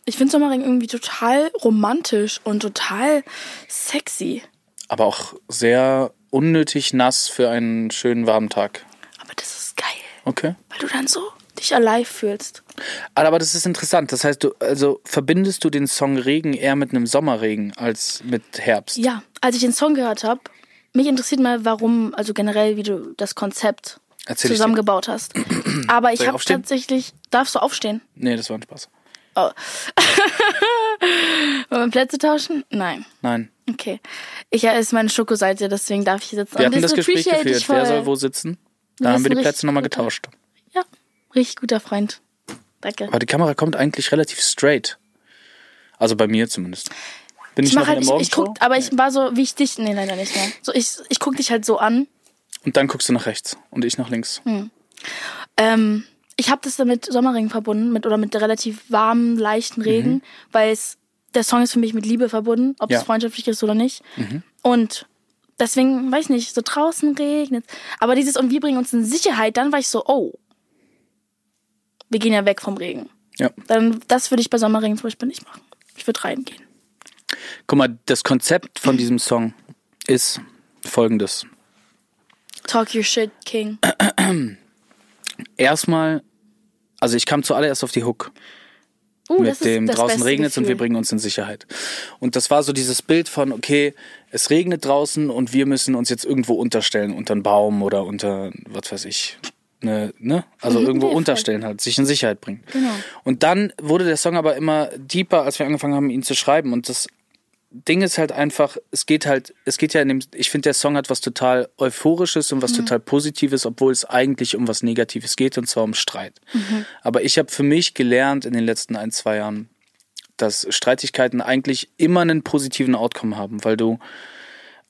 Ich finde Sommerregen irgendwie total romantisch und total sexy.
Aber auch sehr unnötig nass für einen schönen warmen Tag.
Aber das ist geil,
Okay.
weil du dann so dich alive fühlst.
Aber das ist interessant. Das heißt, du also verbindest du den Song Regen eher mit einem Sommerregen als mit Herbst.
Ja, als ich den Song gehört habe, mich interessiert mal, warum, also generell, wie du das Konzept
Erzähl ich dir.
zusammengebaut hast. Aber ich
ich
habe
aufstehen?
tatsächlich, darfst du aufstehen?
Nee, das war ein Spaß.
Wollen wir Plätze tauschen? Nein.
Nein.
Okay. Ich ja, ist meine Schokoseite, deswegen darf ich sitzen.
Wir
Und
hatten das Gespräch
appreciate ich
geführt.
voll.
Wer soll wo sitzen? Da
Wir
haben wir
wissen
die
richtig
Plätze nochmal
gut.
getauscht.
Ja, richtig guter Freund. Danke.
Aber die Kamera kommt eigentlich relativ straight. Also bei mir zumindest. Bin ich,
Ich mach
noch
halt,
in
ich,
der
ich
Morgenshow?
guck, aber ich war so, wie ich dich, nee, leider nicht mehr. So, ich, ich guck dich halt so an.
und dann guckst du nach rechts und ich nach links.
Hm. Ähm, ich habe das dann mit Sommerregen verbunden, mit oder mit relativ warmen, leichten Regen, weil es der Song ist für mich mit Liebe verbunden, ob
Mhm. Ja. Mhm.
es freundschaftlich ist oder nicht. Und deswegen, weiß nicht, so draußen regnet. Aber dieses und wir bringen uns in Sicherheit, dann war ich so, oh, wir gehen ja weg vom Regen.
Ja.
Dann das würde ich bei Sommerregen zum Beispiel nicht machen. Ich würde reingehen.
Guck mal, das Konzept von diesem Song ist folgendes.
Talk your shit, King.
Erstmal, also ich kam zuallererst auf die Hook.
Uh,
mit dem draußen
beste
regnet und wir
Gefühl.
bringen uns in Sicherheit. Und das war so dieses Bild von, okay, es regnet draußen und wir müssen uns jetzt irgendwo unterstellen, unter einen Baum oder unter, was weiß ich, ne, ne? Also irgendwo
Mhm, voll.
unterstellen halt, sich in Sicherheit bringen.
Genau.
Und dann wurde der Song aber immer deeper, als wir angefangen haben, ihn zu schreiben. Und das Ding ist halt einfach, es geht halt, es geht ja in dem, ich finde, der Song hat was total Euphorisches und was
Mhm.
total Positives, obwohl es eigentlich um was Negatives geht und zwar um Streit.
Mhm.
Aber ich habe für mich gelernt in den letzten ein, zwei Jahren, dass Streitigkeiten eigentlich immer einen positiven Outcome haben, weil du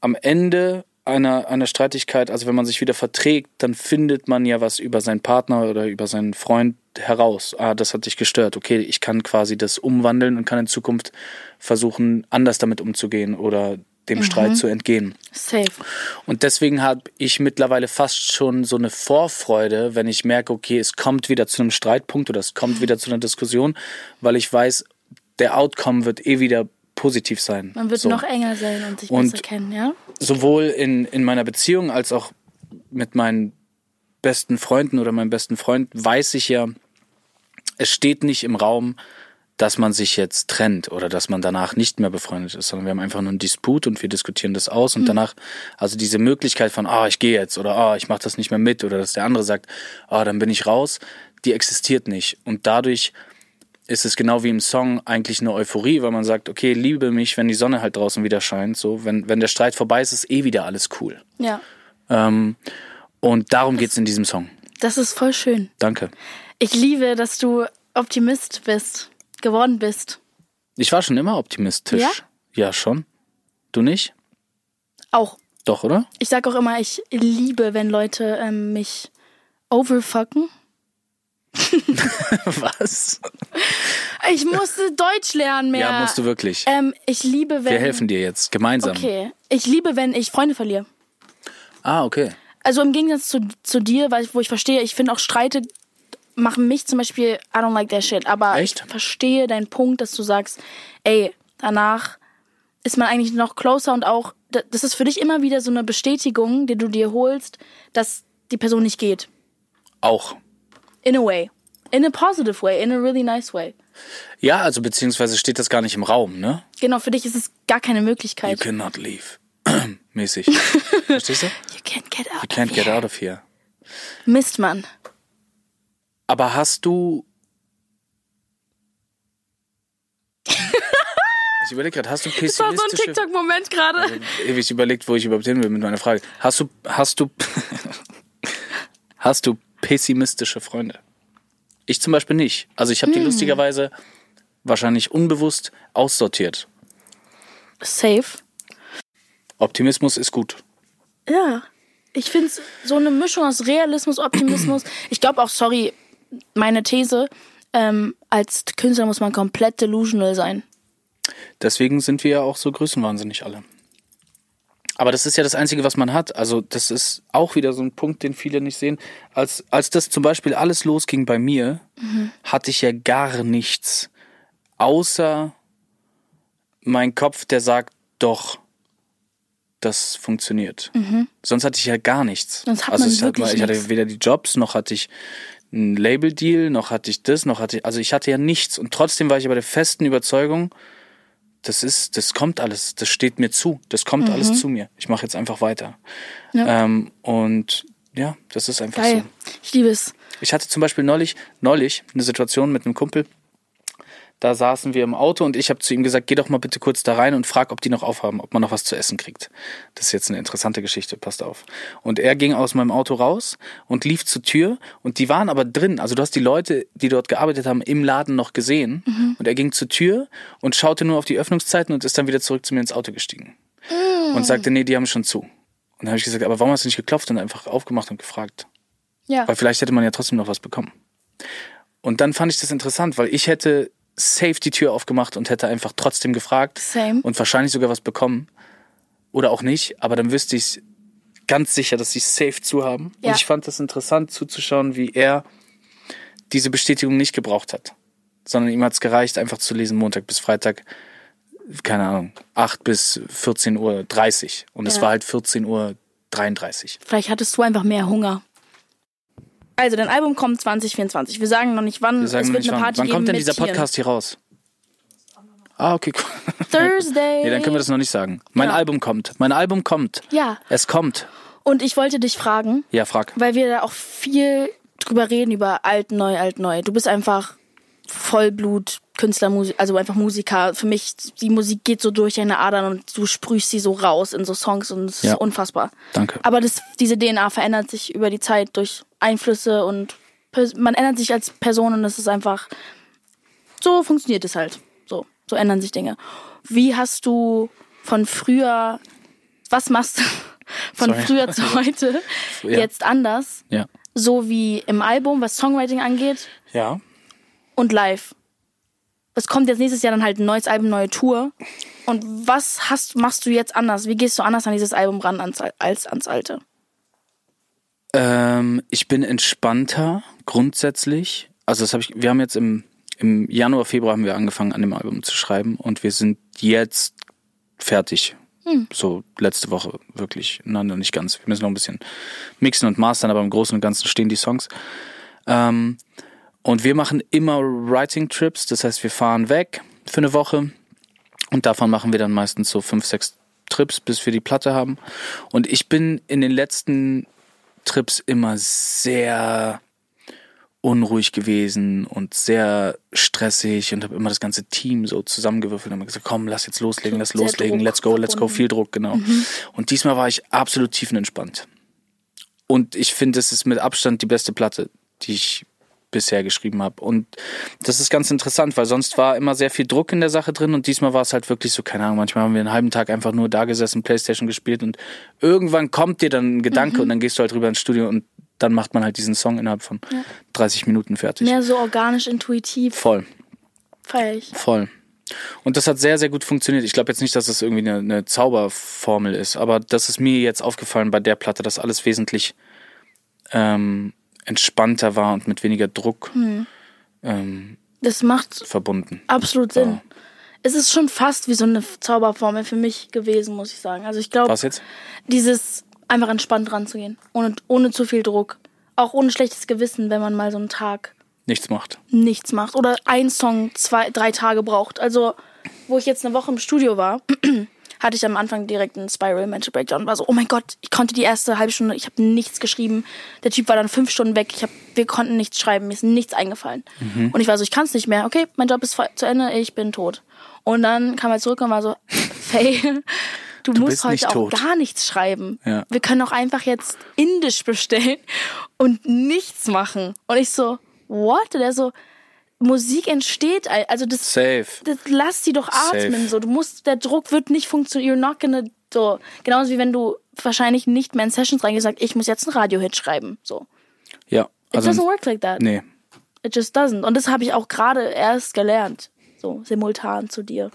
am Ende einer, einer Streitigkeit, also wenn man sich wieder verträgt, dann findet man ja was über seinen Partner oder über seinen Freund heraus. Ah, das hat dich gestört. Okay, ich kann quasi das umwandeln und kann in Zukunft versuchen, anders damit umzugehen oder dem Streit zu entgehen.
Safe.
Und deswegen habe ich mittlerweile fast schon so eine Vorfreude, wenn ich merke, okay, es kommt wieder zu einem Streitpunkt oder es kommt wieder zu einer Diskussion, weil ich weiß, der Outcome wird eh wieder positiv sein.
Man wird
so.
noch enger sein und sich
Und-
besser kennen, ja?
sowohl in, in meiner Beziehung als auch mit meinen besten Freunden oder meinem besten Freund weiß ich ja, es steht nicht im Raum, dass man sich jetzt trennt oder dass man danach nicht mehr befreundet ist, sondern wir haben einfach nur einen Disput und wir diskutieren das aus und danach, also diese Möglichkeit von, ah, ich gehe jetzt oder ah, ich mache das nicht mehr mit oder dass der andere sagt, ah, dann bin ich raus, die existiert nicht. Und dadurch ist es genau wie im Song eigentlich eine Euphorie, weil man sagt, okay, liebe mich, wenn die Sonne halt draußen wieder scheint, so, wenn, wenn der Streit vorbei ist, ist eh wieder alles cool.
Ja.
Ähm, und darum geht's in diesem Song.
Das ist voll schön.
Danke.
Ich liebe, dass du Optimist bist, geworden bist.
Ich war schon immer optimistisch.
Ja?
ja schon. Du nicht?
Auch.
Doch, oder?
Ich sag auch immer, ich liebe, wenn Leute ähm, mich overfucken.
Was?
Ich musste Deutsch lernen mehr.
Ja, musst du wirklich.
Ähm, ich liebe, wenn.
Wir helfen dir jetzt gemeinsam.
Okay. Ich liebe, wenn ich Freunde verliere.
Ah, okay.
Also im Gegensatz zu, zu dir, weil, wo ich verstehe, ich finde auch Streite machen mich zum Beispiel, I don't like that shit. Aber
Echt?
ich verstehe deinen Punkt, dass du sagst, ey, danach ist man eigentlich noch closer und auch, da- das ist für dich immer wieder so eine Bestätigung, die du dir holst, dass die Person nicht geht.
Auch.
In a way. In a positive way, in a really nice way.
Ja, also beziehungsweise steht das gar nicht im Raum, ne?
Genau, für dich ist es gar keine
You
Möglichkeit.
cannot leave. Mäßig. Verstehst du?
You can't get out.
You can't get out of here.
Mist, Mann.
Aber hast du. ich überlege gerade, hast du
Das war so ein
pessimistische.
TikTok-Moment gerade.
ewig überlegt, wo ich überhaupt hin will mit meiner Frage. Hast du. Hast du. hast du pessimistische Freunde? Ich zum Beispiel nicht. Also ich habe
Hm.
die lustigerweise wahrscheinlich unbewusst aussortiert.
Safe.
Optimismus ist gut.
Ja. Ich finde so eine Mischung aus Realismus, Optimismus. Ich glaube auch, sorry, meine These, ähm, als Künstler muss man komplett delusional sein.
Deswegen sind wir ja auch so größenwahnsinnig alle. Aber das ist ja das Einzige, was man hat. Also das ist auch wieder so ein Punkt, den viele nicht sehen. Als, als das zum Beispiel alles losging bei mir,
Mhm.
hatte ich ja gar nichts, außer mein Kopf, der sagt, doch, das funktioniert. Sonst hatte ich ja gar nichts.
Mhm. Sonst hat
also
man
ich, hatte,
wirklich
ich hatte
nichts.
weder die Jobs, noch hatte ich einen Label-Deal, noch hatte ich das, noch hatte ich, also ich hatte ja nichts. Und trotzdem war ich aber der festen Überzeugung, das ist, das kommt alles, das steht mir zu, das kommt alles zu mir. Ich mache jetzt einfach weiter. Ähm, und ja, das ist einfach
Geil.
so.
Ich liebe es.
Ich hatte zum Beispiel neulich, neulich eine Situation mit einem Kumpel. Da saßen wir im Auto und ich habe zu ihm gesagt, geh doch mal bitte kurz da rein und frag, ob die noch aufhaben, ob man noch was zu essen kriegt. Das ist jetzt eine interessante Geschichte, passt auf. Und er ging aus meinem Auto raus und lief zur Tür und die waren aber drin. Also du hast die Leute, die dort gearbeitet haben, im Laden noch gesehen. Und er ging zur Tür und schaute nur auf die Öffnungszeiten und ist dann wieder zurück zu mir ins Auto gestiegen. Und sagte, nee, die haben schon zu. Und dann habe ich gesagt, aber warum hast du nicht geklopft und einfach aufgemacht und gefragt?
Ja.
Weil vielleicht hätte man ja trotzdem noch was bekommen. Und dann fand ich das interessant, weil ich hätte safe die Tür aufgemacht und hätte einfach trotzdem gefragt
Same.
und wahrscheinlich sogar was bekommen. Oder auch nicht, aber dann wüsste ich ganz sicher, dass sie safe zu haben.
Ja.
Und ich fand das interessant zuzuschauen, wie er diese Bestätigung nicht gebraucht hat. Sondern ihm hat es gereicht, einfach zu lesen, Montag bis Freitag, keine Ahnung, 8 bis 14.30 Uhr. Und es
Ja.
war halt 14.33 Uhr.
Vielleicht hattest du einfach mehr Hunger. Also, dein Album kommt 2024. Wir sagen noch nicht wann.
Wir sagen
es
noch
wird
nicht
eine
wann.
Party
Wann
geben
kommt denn
mit
dieser
Tieren.
Podcast hier raus? Ah, okay, cool.
Thursday.
Nee, dann können wir das noch nicht sagen. Mein
Ja.
Album kommt. Mein Album kommt.
Ja.
Es kommt.
Und ich wollte dich fragen,
Ja, frag.
weil wir da auch viel drüber reden über alt, neu, alt, neu. Du bist einfach Vollblut Künstler, Musi- also einfach Musiker. Für mich, die Musik geht so durch deine Adern und du sprühst sie so raus in so Songs und es
Ja.
ist unfassbar.
Danke.
Aber das, diese DNA verändert sich über die Zeit durch Einflüsse und pers- man ändert sich als Person und es ist einfach, so funktioniert es halt. So, so ändern sich Dinge. Wie hast du von früher, was machst du von
Sorry.
früher zu heute
Ja.
jetzt anders?
Ja.
so wie im Album, was Songwriting angeht
Ja.
und live. es kommt jetzt nächstes Jahr dann halt ein neues Album, neue Tour. Und was hast, machst du jetzt anders? Wie gehst du anders an dieses Album ran ans, als ans alte?
Ähm, ich bin entspannter grundsätzlich. Also das habe ich. Wir haben jetzt im, im Januar, Februar haben wir angefangen an dem Album zu schreiben und wir sind jetzt fertig.
Hm.
So letzte Woche wirklich. Nein, noch nicht ganz. Wir müssen noch ein bisschen mixen und mastern, aber im Großen und Ganzen stehen die Songs. Ähm, und wir machen immer Writing Trips. Das heißt, wir fahren weg für eine Woche und davon machen wir dann meistens so fünf, sechs Trips, bis wir die Platte haben. Und ich bin in den letzten Trips immer sehr unruhig gewesen und sehr stressig und habe immer das ganze Team so zusammengewürfelt und hab gesagt, komm, lass jetzt loslegen, lass
Sehr
loslegen,
Druck
let's go, let's go,
verbunden.
viel Druck, genau. Und diesmal war ich absolut tiefenentspannt. Und ich finde, es ist mit Abstand die beste Platte, die ich bisher geschrieben habe. Und das ist ganz interessant, weil sonst war immer sehr viel Druck in der Sache drin und diesmal war es halt wirklich so, keine Ahnung, manchmal haben wir einen halben Tag einfach nur da gesessen, Playstation gespielt und irgendwann kommt dir dann ein Gedanke und dann gehst du halt rüber ins Studio und dann macht man halt diesen Song innerhalb von 30 Minuten fertig.
Mehr so organisch, intuitiv,
Voll,
feier ich.
voll. Und das hat sehr, sehr gut funktioniert. Ich glaube jetzt nicht, dass es irgendwie eine, eine Zauberformel ist, aber das ist mir jetzt aufgefallen bei der Platte, dass alles wesentlich ähm, entspannter war und mit weniger Druck
Hm.
ähm,
Das macht
verbunden.
absolut Sinn. Es ist schon fast wie so eine Zauberformel für mich gewesen, muss ich sagen. Also ich glaube,
Was jetzt?
dieses einfach entspannt ranzugehen, ohne, ohne zu viel Druck. Auch ohne schlechtes Gewissen, wenn man mal so einen Tag
Nichts macht.
nichts macht oder ein Song zwei, drei Tage braucht. Also, wo ich jetzt eine Woche im Studio war, hatte ich am Anfang direkt einen Spiral Mental Breakdown. War so, oh mein Gott, ich konnte die erste halbe Stunde, ich habe nichts geschrieben. Der Typ war dann fünf Stunden weg. Ich hab, wir konnten nichts schreiben, mir ist nichts eingefallen.
Mhm.
Und ich war so, ich kann es nicht mehr. Okay, mein Job ist fe- zu Ende, ich bin tot. Und dann kam er zurück und war so, Faye, du,
bist
musst
nicht
heute auch
tot.
gar nichts schreiben.
Ja.
Wir können auch einfach jetzt Indisch bestellen und nichts machen. Und ich so, what? Und er so, Musik entsteht, al- also das,
Safe.
das lass sie doch atmen.
Safe.
So, du musst, der Druck wird nicht funktionieren. You're not gonna so. Genauso wie wenn du wahrscheinlich nicht mehr in Sessions reingehst und sagst, ich muss jetzt einen Radiohit schreiben. So.
Ja.
It doesn't
Also,
work like that.
nee.
It just doesn't. Und das habe ich auch gerade erst gelernt. So, simultan zu dir.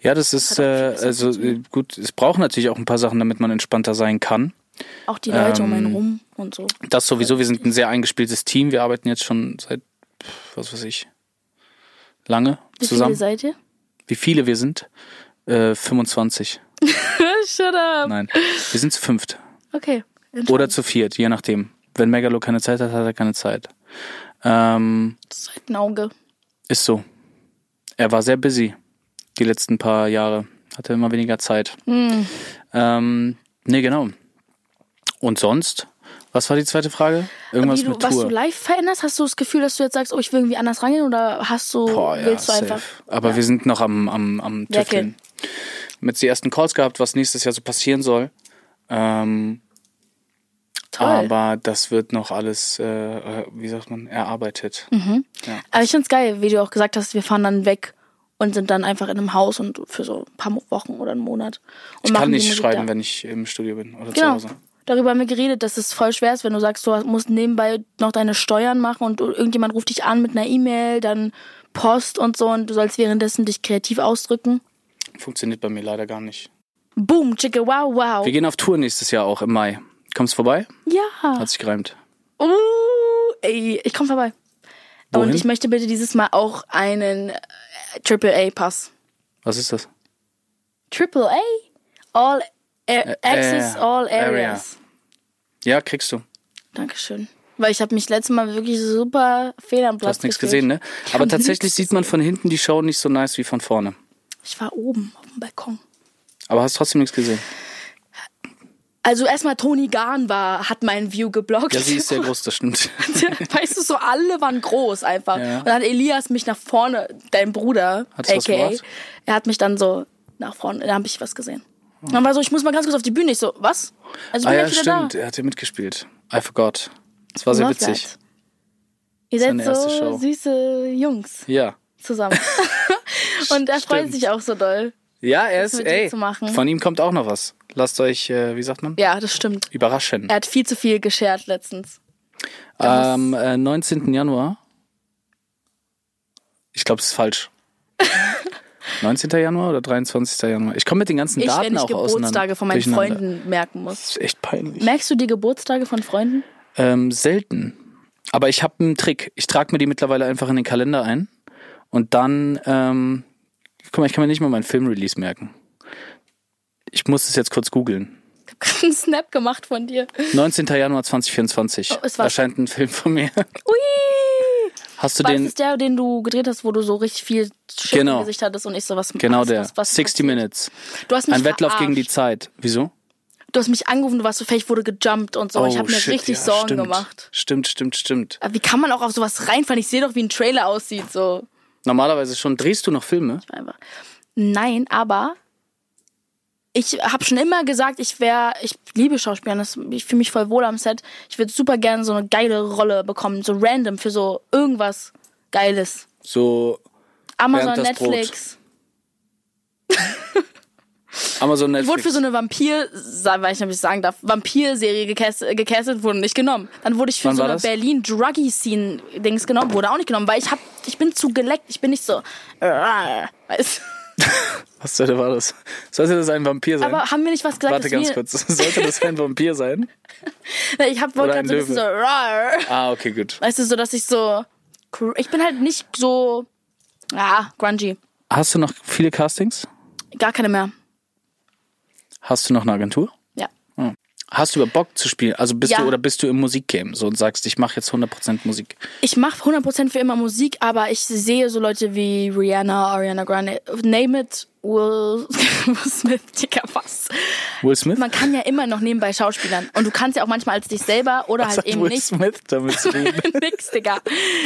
Ja, das ist äh, also äh, gut. Es braucht natürlich auch ein paar Sachen, damit man entspannter sein kann.
Auch die Leute um
Ähm,
einen rum und so.
Das sowieso. Wir sind ein sehr eingespieltes Team. Wir arbeiten jetzt schon seit pf, was weiß ich lange
Wie
zusammen.
viele seid ihr?
Wie viele wir sind? Äh, 25.
Shut up.
Nein, wir sind zu fünft
Okay.
oder zu viert, je nachdem. Wenn Megalo keine Zeit hat, hat er keine Zeit. Ähm,
Seid ein Auge.
ist so. Er war sehr busy die letzten paar Jahre. Hatte immer weniger Zeit.
Hm.
Ähm, nee, genau. Und sonst? Was war die zweite Frage? Irgendwas
Wie du,
mit
was du
Tour.
live veränderst, hast du das Gefühl, dass du jetzt sagst, oh, ich will irgendwie anders rangehen oder hast du, willst du
safe.
einfach.
Aber wir sind noch am, am, am
Deckel.
Tüfteln. Wir haben jetzt die ersten Calls gehabt, was nächstes Jahr so passieren soll. Ähm,
Toll.
aber das wird noch alles, äh, äh, wie sagt man, erarbeitet.
Mhm. Aber ich find's geil, wie du auch gesagt hast, wir fahren dann weg und sind dann einfach in einem Haus und für so ein paar Mo- Wochen oder einen Monat. Und
Ich kann
die
nicht
Musik
schreiben,
da.
wenn ich im Studio bin oder
Genau.
zu Hause.
Darüber haben wir geredet, dass es voll schwer ist, wenn du sagst, du musst nebenbei noch deine Steuern machen und irgendjemand ruft dich an mit einer E-Mail, dann Post und so und du sollst währenddessen dich kreativ ausdrücken.
Funktioniert bei mir leider gar nicht.
Boom, chicke, wow, wow.
Wir gehen auf Tour nächstes Jahr auch im Mai. Kommst vorbei?
Ja.
Hat sich gereimt.
Uh, ey, ich komm vorbei.
Wohin?
Und ich möchte bitte dieses Mal auch einen äh, Triple A Pass.
Was ist das?
Triple A? All Air- Access
äh,
All
Area.
Areas.
Ja, kriegst du.
Dankeschön. Weil ich habe mich letztes Mal wirklich super fehl am
Du
Platz
hast nichts
gefühlt.
gesehen, ne? Aber
hab
tatsächlich
nichts
sieht man von hinten die Show nicht so nice wie von vorne.
Ich war oben auf dem Balkon.
Aber hast trotzdem nichts gesehen.
Also erstmal Toni Garn war, hat meinen View geblockt.
Ja, sie ist sehr groß, das stimmt.
weißt du, so alle waren groß einfach.
Ja.
Und dann hat Elias mich nach vorne, dein Bruder,
Hat's was
aka,
gebracht?
er hat mich dann so nach vorne, da habe ich was gesehen. Und Dann war so, ich muss mal ganz kurz auf die Bühne. Ich so, was? Also
Ah
bin
ja,
ich wieder
stimmt.
da.
Er hat ja mitgespielt. I forgot. Das war sehr
Love
witzig.
that. Ihr
Seine
seid so
erste Show.
süße Jungs
Ja.
zusammen. Und er freut
Stimmt.
sich auch so doll.
Ja, er ist,
mit ihm
ey,
zu machen.
von ihm kommt auch noch was. Lasst euch, äh, wie sagt man?
Ja, das stimmt.
Überraschen.
Er hat viel zu viel geshared letztens.
Am äh, 19. Januar. Ich glaube, es ist falsch. 19. Januar oder 23. Januar? Ich komme mit den ganzen
Ich, wenn
Daten
ich
auch auseinander.
Geburtstage von meinen
durcheinander.
Freunden merken muss.
Das ist echt peinlich.
Merkst du die Geburtstage von Freunden?
Ähm, selten. Aber ich habe einen Trick. Ich trage mir die mittlerweile einfach in den Kalender ein. Und dann, ähm, guck mal, ich kann mir nicht mal meinen Filmrelease merken. Ich muss es jetzt kurz googeln.
Ich habe gerade einen Snap gemacht von dir.
19. Januar 2024
Oh, es war-
erscheint ein Film von mir.
Ui!
Hast du
Was
den?
ist der, den du gedreht hast, wo du so richtig viel Shit
Genau.
im Gesicht hattest und ich so was
Genau
was,
der.
Was, was
60 Minutes.
Du hast mich
Ein Wettlauf
verarscht.
gegen die Zeit. Wieso?
Du hast mich angerufen, du warst so fähig, wurde gejumpt und so. Oh, ich habe mir
Oh, shit,
richtig
ja,
Sorgen
stimmt.
gemacht.
Stimmt, stimmt, stimmt.
Aber wie kann man auch auf sowas reinfallen? Ich sehe doch, wie ein Trailer aussieht. So
Normalerweise schon. Drehst du noch Filme?
einfach. Nein, aber ich habe schon immer gesagt, ich wäre, ich liebe Schauspielern, das, ich fühle mich voll wohl am Set. Ich würde super gerne so eine geile Rolle bekommen, so random für so irgendwas Geiles.
So
Amazon,
Bernd das Brot.
Netflix.
Amazon Netflix.
wurde für so eine Vampir, sa- weiß nicht, ob ich sagen darf, Vampir-Serie gecastet, gecastet, wurde nicht genommen. Dann wurde ich für
Wann
so
war
eine
das?
Berlin-Druggy-Scene-Dings genommen, wurde auch nicht genommen, weil ich hab, ich bin zu geleckt, ich bin nicht so, äh, weißt
Was sollte war das? Sollte das ein Vampir sein?
Aber haben wir nicht was gesagt?
Warte
dass
ganz
wir,
kurz. Sollte das ein Vampir sein?
Ich hab wohl
Oder ein
gerade so ein bisschen so, rar.
Ah, okay, gut.
weißt du, so, dass ich so, cr- ich bin halt nicht so, ah, grungy.
Hast du noch viele Castings?
Gar keine mehr.
Hast du noch eine Agentur?
Ja.
Hast du über Bock zu spielen? Also bist
Ja.
du oder bist du im Musikgame so und sagst, ich mache jetzt 100% Musik?
ich mache 100% für immer Musik, aber ich sehe so Leute wie Rihanna, Ariana Grande, name it, Will, Will Smith, Digga, was?
Will Smith?
Man kann ja immer noch nebenbei Schauspielern. Und du kannst ja auch manchmal als dich selber oder
Was
halt
hat
eben
Will
nicht.
Smith damit zu tun?
Nix, Digga.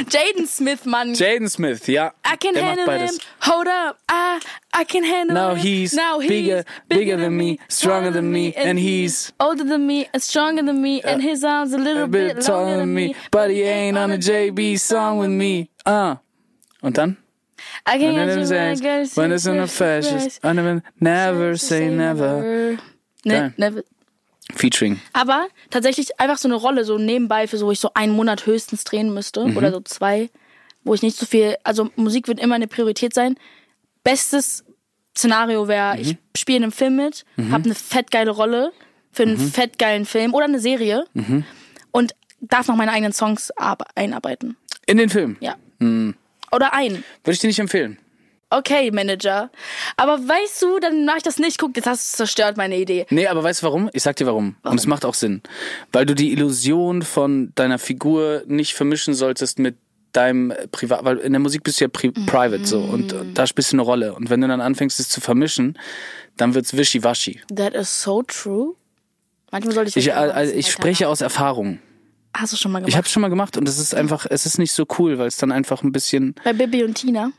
Jaden Smith, Mann.
Jaden Smith, ja.
I can
Der macht
handle him.
beides.
Hold up. I, I can handle
Now
him.
he's bigger- bigger than me, stronger than me, and he's
older than me and stronger than me, and his arms a little
A bit taller than me, but he ain't on a JB song with me. Ah. Und dann?
I can
When
handle him,
it's in a fascist, I never, never say never.
Ne,
Geil.
never.
Featuring.
Aber tatsächlich einfach so eine Rolle, so nebenbei, für so, wo ich so einen Monat höchstens drehen müsste
Mhm.
oder so zwei, wo ich nicht so viel, also Musik wird immer eine Priorität sein. Bestes Szenario
Mhm.
wäre, ich spiele in einem Film mit, habe eine fettgeile Rolle für einen
Mhm.
fettgeilen Film oder eine Serie und darf noch meine eigenen Songs ab- einarbeiten.
In den Film.
Ja.
Mhm.
Oder ein.
Würde ich dir nicht empfehlen.
Okay, Manager. Aber weißt du, dann mache ich das nicht. Guck, jetzt hast du es zerstört, meine Idee.
Nee, aber weißt du warum? Ich sag dir warum. Und es macht auch Sinn. Weil du die Illusion von deiner Figur nicht vermischen solltest mit deinem äh, Privat, weil in der Musik bist du ja pri private so und äh, da spielst du eine Rolle. Und wenn du dann anfängst, es zu vermischen, dann wird's wischiwaschi.
That is so true. Manchmal sollte ich.
Ich, äh,
das machen,
also ich
Alter.
spreche aus Erfahrung.
Hast du schon mal
Ich
gemacht?
habe schon mal gemacht und es ist einfach, es ist nicht so cool, weil es dann einfach ein bisschen.
Bei Bibi und Tina.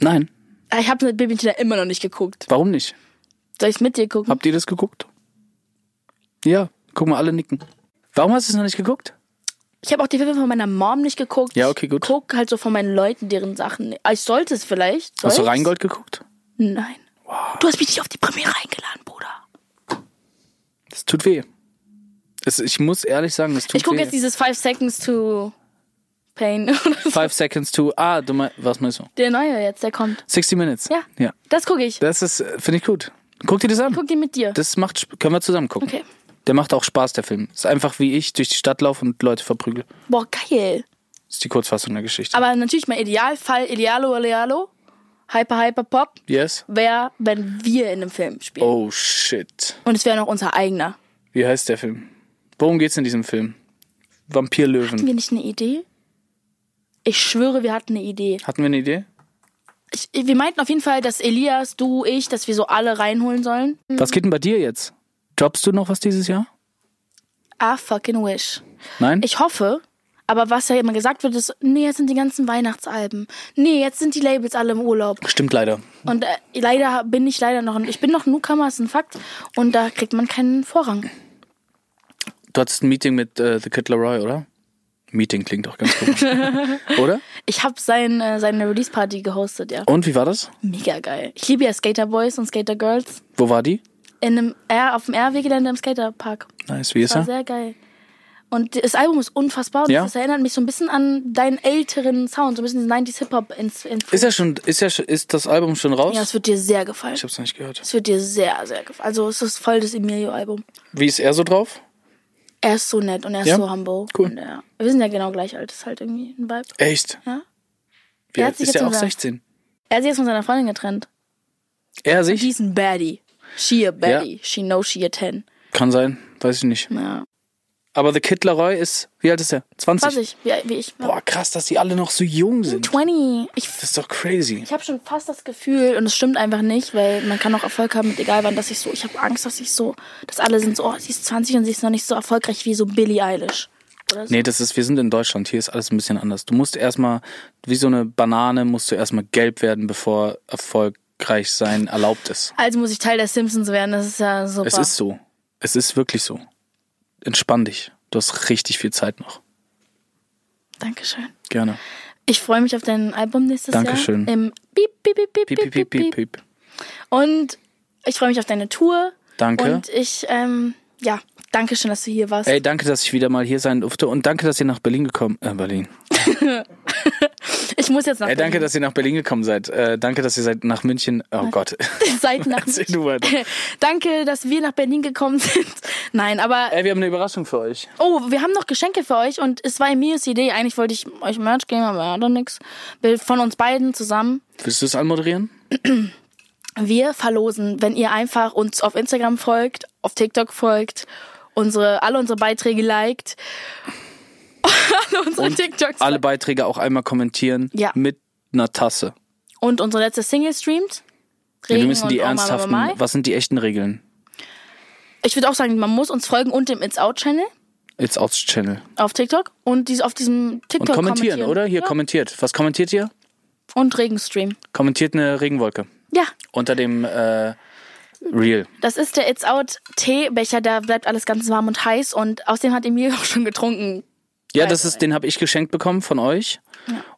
Nein,
Ah, Ich habe mit Bibi und Tina immer noch nicht geguckt.
warum nicht?
Soll ich mit dir gucken?
Habt ihr das geguckt? Ja, guck mal, alle nicken. Warum hast du es noch nicht geguckt?
Ich habe auch die Filme von meiner Mom nicht geguckt.
Ja, okay, gut.
Ich guck halt so von meinen Leuten, deren Sachen. Ah, Ich sollte es vielleicht. Soll
Hast du
ich's?
Rheingold geguckt?
Nein. Du hast mich nicht auf die Premiere eingeladen, Bruder.
Das tut weh. Es, ich muss ehrlich sagen, das tut
Ich gucke
weh.
jetzt dieses Five Seconds to Pain.
Five Seconds to. Ah, du mein, was meinst du?
der neue jetzt, der kommt.
60 Minutes.
Ja.
ja.
Das gucke ich.
Das ist, äh, finde ich gut. Guck dir das an.
Guck die mit dir.
Das macht, Sp- können wir zusammen gucken.
Okay.
Der macht auch Spaß, der Film. Ist einfach wie ich durch die Stadt laufe und Leute verprügel.
Boah, geil.
Ist die Kurzfassung der Geschichte.
Aber natürlich mein Idealfall, Idealo, Idealo, Hyper, Hyper Pop,
yes?
wäre, wenn wir in einem Film spielen.
Oh shit.
Und es wäre noch unser eigener.
Wie heißt der Film? Worum geht's in diesem Film?
Hatten
Vampirlöwen.
wir nicht eine Idee? Ich schwöre, wir hatten eine Idee.
Hatten wir eine Idee?
Ich, wir meinten auf jeden Fall, dass Elias, du, ich, dass wir so alle reinholen sollen.
Was geht denn bei dir jetzt? Droppst du noch was dieses Jahr?
I fucking wish.
Nein?
Ich hoffe, aber was ja immer gesagt wird, ist, nee, jetzt sind die ganzen Weihnachtsalben. Nee, jetzt sind die Labels alle im Urlaub.
Stimmt leider.
Und äh, leider bin ich leider noch, ein- ich bin noch Newcomer, ist ein Fakt. Und da kriegt man keinen Vorrang.
Du hattest ein Meeting mit äh, The Kid Laroi, oder? Meeting klingt doch ganz komisch. oder?
Ich habe sein, äh, seine Release-Party gehostet, ja.
Und wie war das?
Mega geil. Ich liebe ja Skater Boys und Skater Girls.
Wo war die?
In einem R, auf dem RW-Gelände im Skaterpark.
Nice, wie ist
War
er?
sehr geil. Und das Album ist unfassbar. Und
Ja.
Das erinnert mich so ein bisschen an deinen älteren Sound, so ein bisschen 90s Hip-Hop. ins- ins-
Ist ja schon, ist ja schon- ist das Album schon raus?
Ja, es wird dir sehr gefallen.
ich hab's noch nicht gehört.
Es wird dir sehr, sehr gefallen. Also es ist voll das Emilio-Album.
Wie ist er so drauf?
Er ist so nett und er ist
Ja?
so humble.
Cool.
Und, ja. Wir sind ja genau gleich alt. Das ist halt irgendwie ein Vibe.
Echt?
Ja.
Wie
Er
alt
hat sich
ist
jetzt
er auch
unser-
16?
Er hat sich jetzt von seiner Freundin getrennt.
Er sich?
She's a baddie. She a baddie. She knows she a 10.
Kann sein, weiß ich nicht.
Ja.
Aber The Kid Laroi ist, wie alt ist er? 20?
20, wie, wie ich.
Boah, krass, dass die alle noch so jung sind.
20. Ich,
Das ist doch crazy.
ich habe schon fast das Gefühl, und es stimmt einfach nicht, weil man kann auch Erfolg haben mit egal wann, dass ich so, ich habe Angst, dass ich so, dass alle sind so, oh, sie ist 20 und sie ist noch nicht so erfolgreich wie so Billie Eilish. Oder so.
Nee, das ist, wir sind in Deutschland, hier ist alles ein bisschen anders. Du musst erstmal, wie so eine Banane, musst du erstmal gelb werden, bevor erfolgreich sein erlaubt ist.
Also muss ich Teil der Simpsons werden, das ist ja super.
Es ist so. Es ist wirklich so. Entspann dich. Du hast richtig viel Zeit noch.
Dankeschön.
Gerne.
Ich freue mich auf dein Album nächstes
Dankeschön.
Jahr. Im Piep, piep, piep, piep,
Piep, piep, piep, piep, piep.
Und ich freue mich auf deine Tour.
Danke.
Und ich, ähm, ja, danke schön, dass du hier warst.
Ey, danke, dass ich wieder mal hier sein durfte und danke, dass ihr nach Berlin gekommen äh, Berlin.
Ich muss jetzt nach
Ey, danke,
Berlin.
dass ihr nach Berlin gekommen seid. Äh, danke, dass ihr seid nach München. Oh Gott.
Seid nach
Erzähl du weiter.
Danke, dass wir nach Berlin gekommen sind. Nein, aber
Ey, wir haben eine Überraschung für euch.
oh, wir haben noch Geschenke für euch und es war Emilios Idee. Eigentlich wollte ich euch Merch geben, aber ja, dann nix. Wir- Von uns beiden zusammen.
Willst du es anmoderieren?
Wir verlosen, wenn ihr einfach uns auf Instagram folgt, auf TikTok folgt, unsere, alle unsere Beiträge liked, alle unsere TikToks
Alle Beiträge auch einmal kommentieren
Ja.
mit einer Tasse.
und unsere letzte Single streamt.
Ja, wir
Regen
müssen die
und Oh Mama,
ernsthaften,
Mama.
was sind die echten Regeln?
Ich würde auch sagen, man muss uns folgen und dem It's Out Channel
It's Out Channel.
auf TikTok und dies auf diesem TikTok
Und kommentieren, oder? Hier
Ja.
kommentiert. Was kommentiert ihr?
Und Regenstream.
Kommentiert eine Regenwolke.
Ja,
Unter dem äh, Reel.
das ist der It's Out Teebecher, da bleibt alles ganz warm und heiß und außerdem hat Emil auch schon getrunken.
Ja, das ist, den habe ich geschenkt bekommen von euch.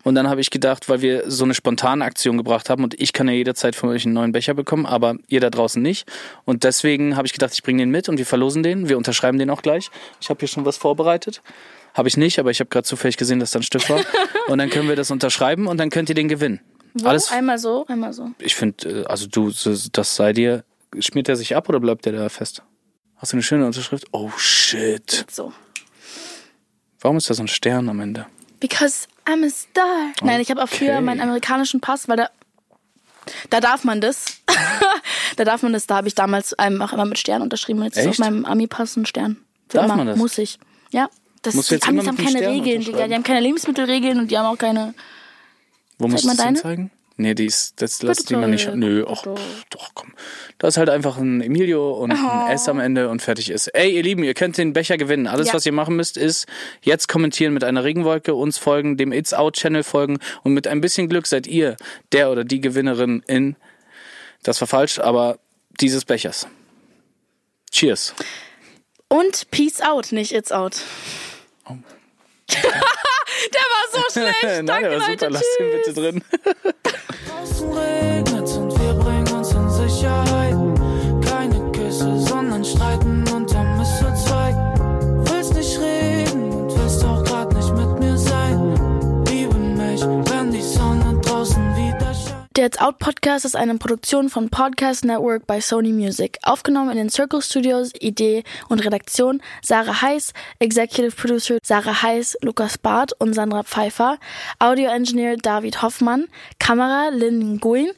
Und dann habe ich gedacht, weil wir so eine spontane Aktion gebracht haben und ich kann ja jederzeit von euch einen neuen Becher bekommen, aber ihr da draußen nicht. Und deswegen habe ich gedacht, ich bringe den mit und wir verlosen den. Wir unterschreiben den auch gleich. Ich habe hier schon was vorbereitet. Habe ich nicht, aber ich habe gerade zufällig gesehen, dass da ein Stift war. und dann können wir das unterschreiben und dann könnt ihr den gewinnen. Alles,
einmal so, einmal so.
ich finde, also du, das sei dir, schmiert er sich ab oder bleibt der da fest? Hast du eine schöne Unterschrift? Oh shit.
So.
Warum ist da so ein Stern am Ende?
Because I'm a star. Nein, ich habe auch früher
Okay.
meinen amerikanischen Pass, weil da da darf man das. da darf man das, da habe ich damals ähm, auch immer mit Stern unterschrieben und jetzt ist auf
Echt?
meinem Ami Pass ein Stern. Für
Darf
immer.
man das?
Muss ich. Ja. Das,
Musst du
die
jetzt
Amis
immer
haben
mit einem
keine
Stern
Regeln, Digga. Die
unterschreiben?
haben keine Lebensmittelregeln und die haben auch keine.
Wo muss ich
mal
das denn
deine?
zeigen? Nee, die ist, das lass die mal nicht.
zurück,
Nö, ach,
bitte.
pff, doch, komm. Da ist halt einfach ein Emilio und
Oh.
ein S am Ende und fertig ist. Ey, ihr Lieben, ihr könnt den Becher gewinnen. Alles,
Ja.
was ihr machen müsst, ist jetzt kommentieren mit einer Regenwolke, uns folgen, dem It's Out Channel folgen und mit ein bisschen Glück seid ihr der oder die Gewinnerin in, das war falsch, aber dieses Bechers. Cheers.
Und Peace out, nicht It's out.
Oh.
der war so schlecht. Danke,
der war
Leute.
super, lasst
Tschüss.
ihn bitte drin.
Draußen regnet's und wir bringen uns in Sicherheit. Keine Küsse, sondern streiten unterm Mistelzweig. Willst nicht reden und willst auch grad nicht mit mir sein. Liebe mich, wenn die Sonne draußen wieder scheint.
Der It's Out Podcast ist eine Produktion von Podcast Network bei Sony Music. Aufgenommen in den Circle Studios, Idee und Redaktion Sarah Heiß, Executive Producer Sarah Heiß, Lukas Barth und Sandra Pfeiffer, Audio Engineer David Hoffmann, Kamera Lynn Nguyen,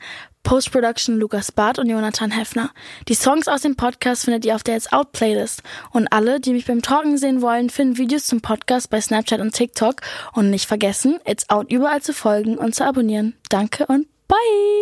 Post-Production Lukas Barth und Jonathan Heffner. Die Songs aus dem Podcast findet ihr auf der It's Out Playlist. Und alle, die mich beim Talken sehen wollen, finden Videos zum Podcast bei Snapchat und TikTok. Und nicht vergessen, It's Out überall zu folgen und zu abonnieren. Danke und bye!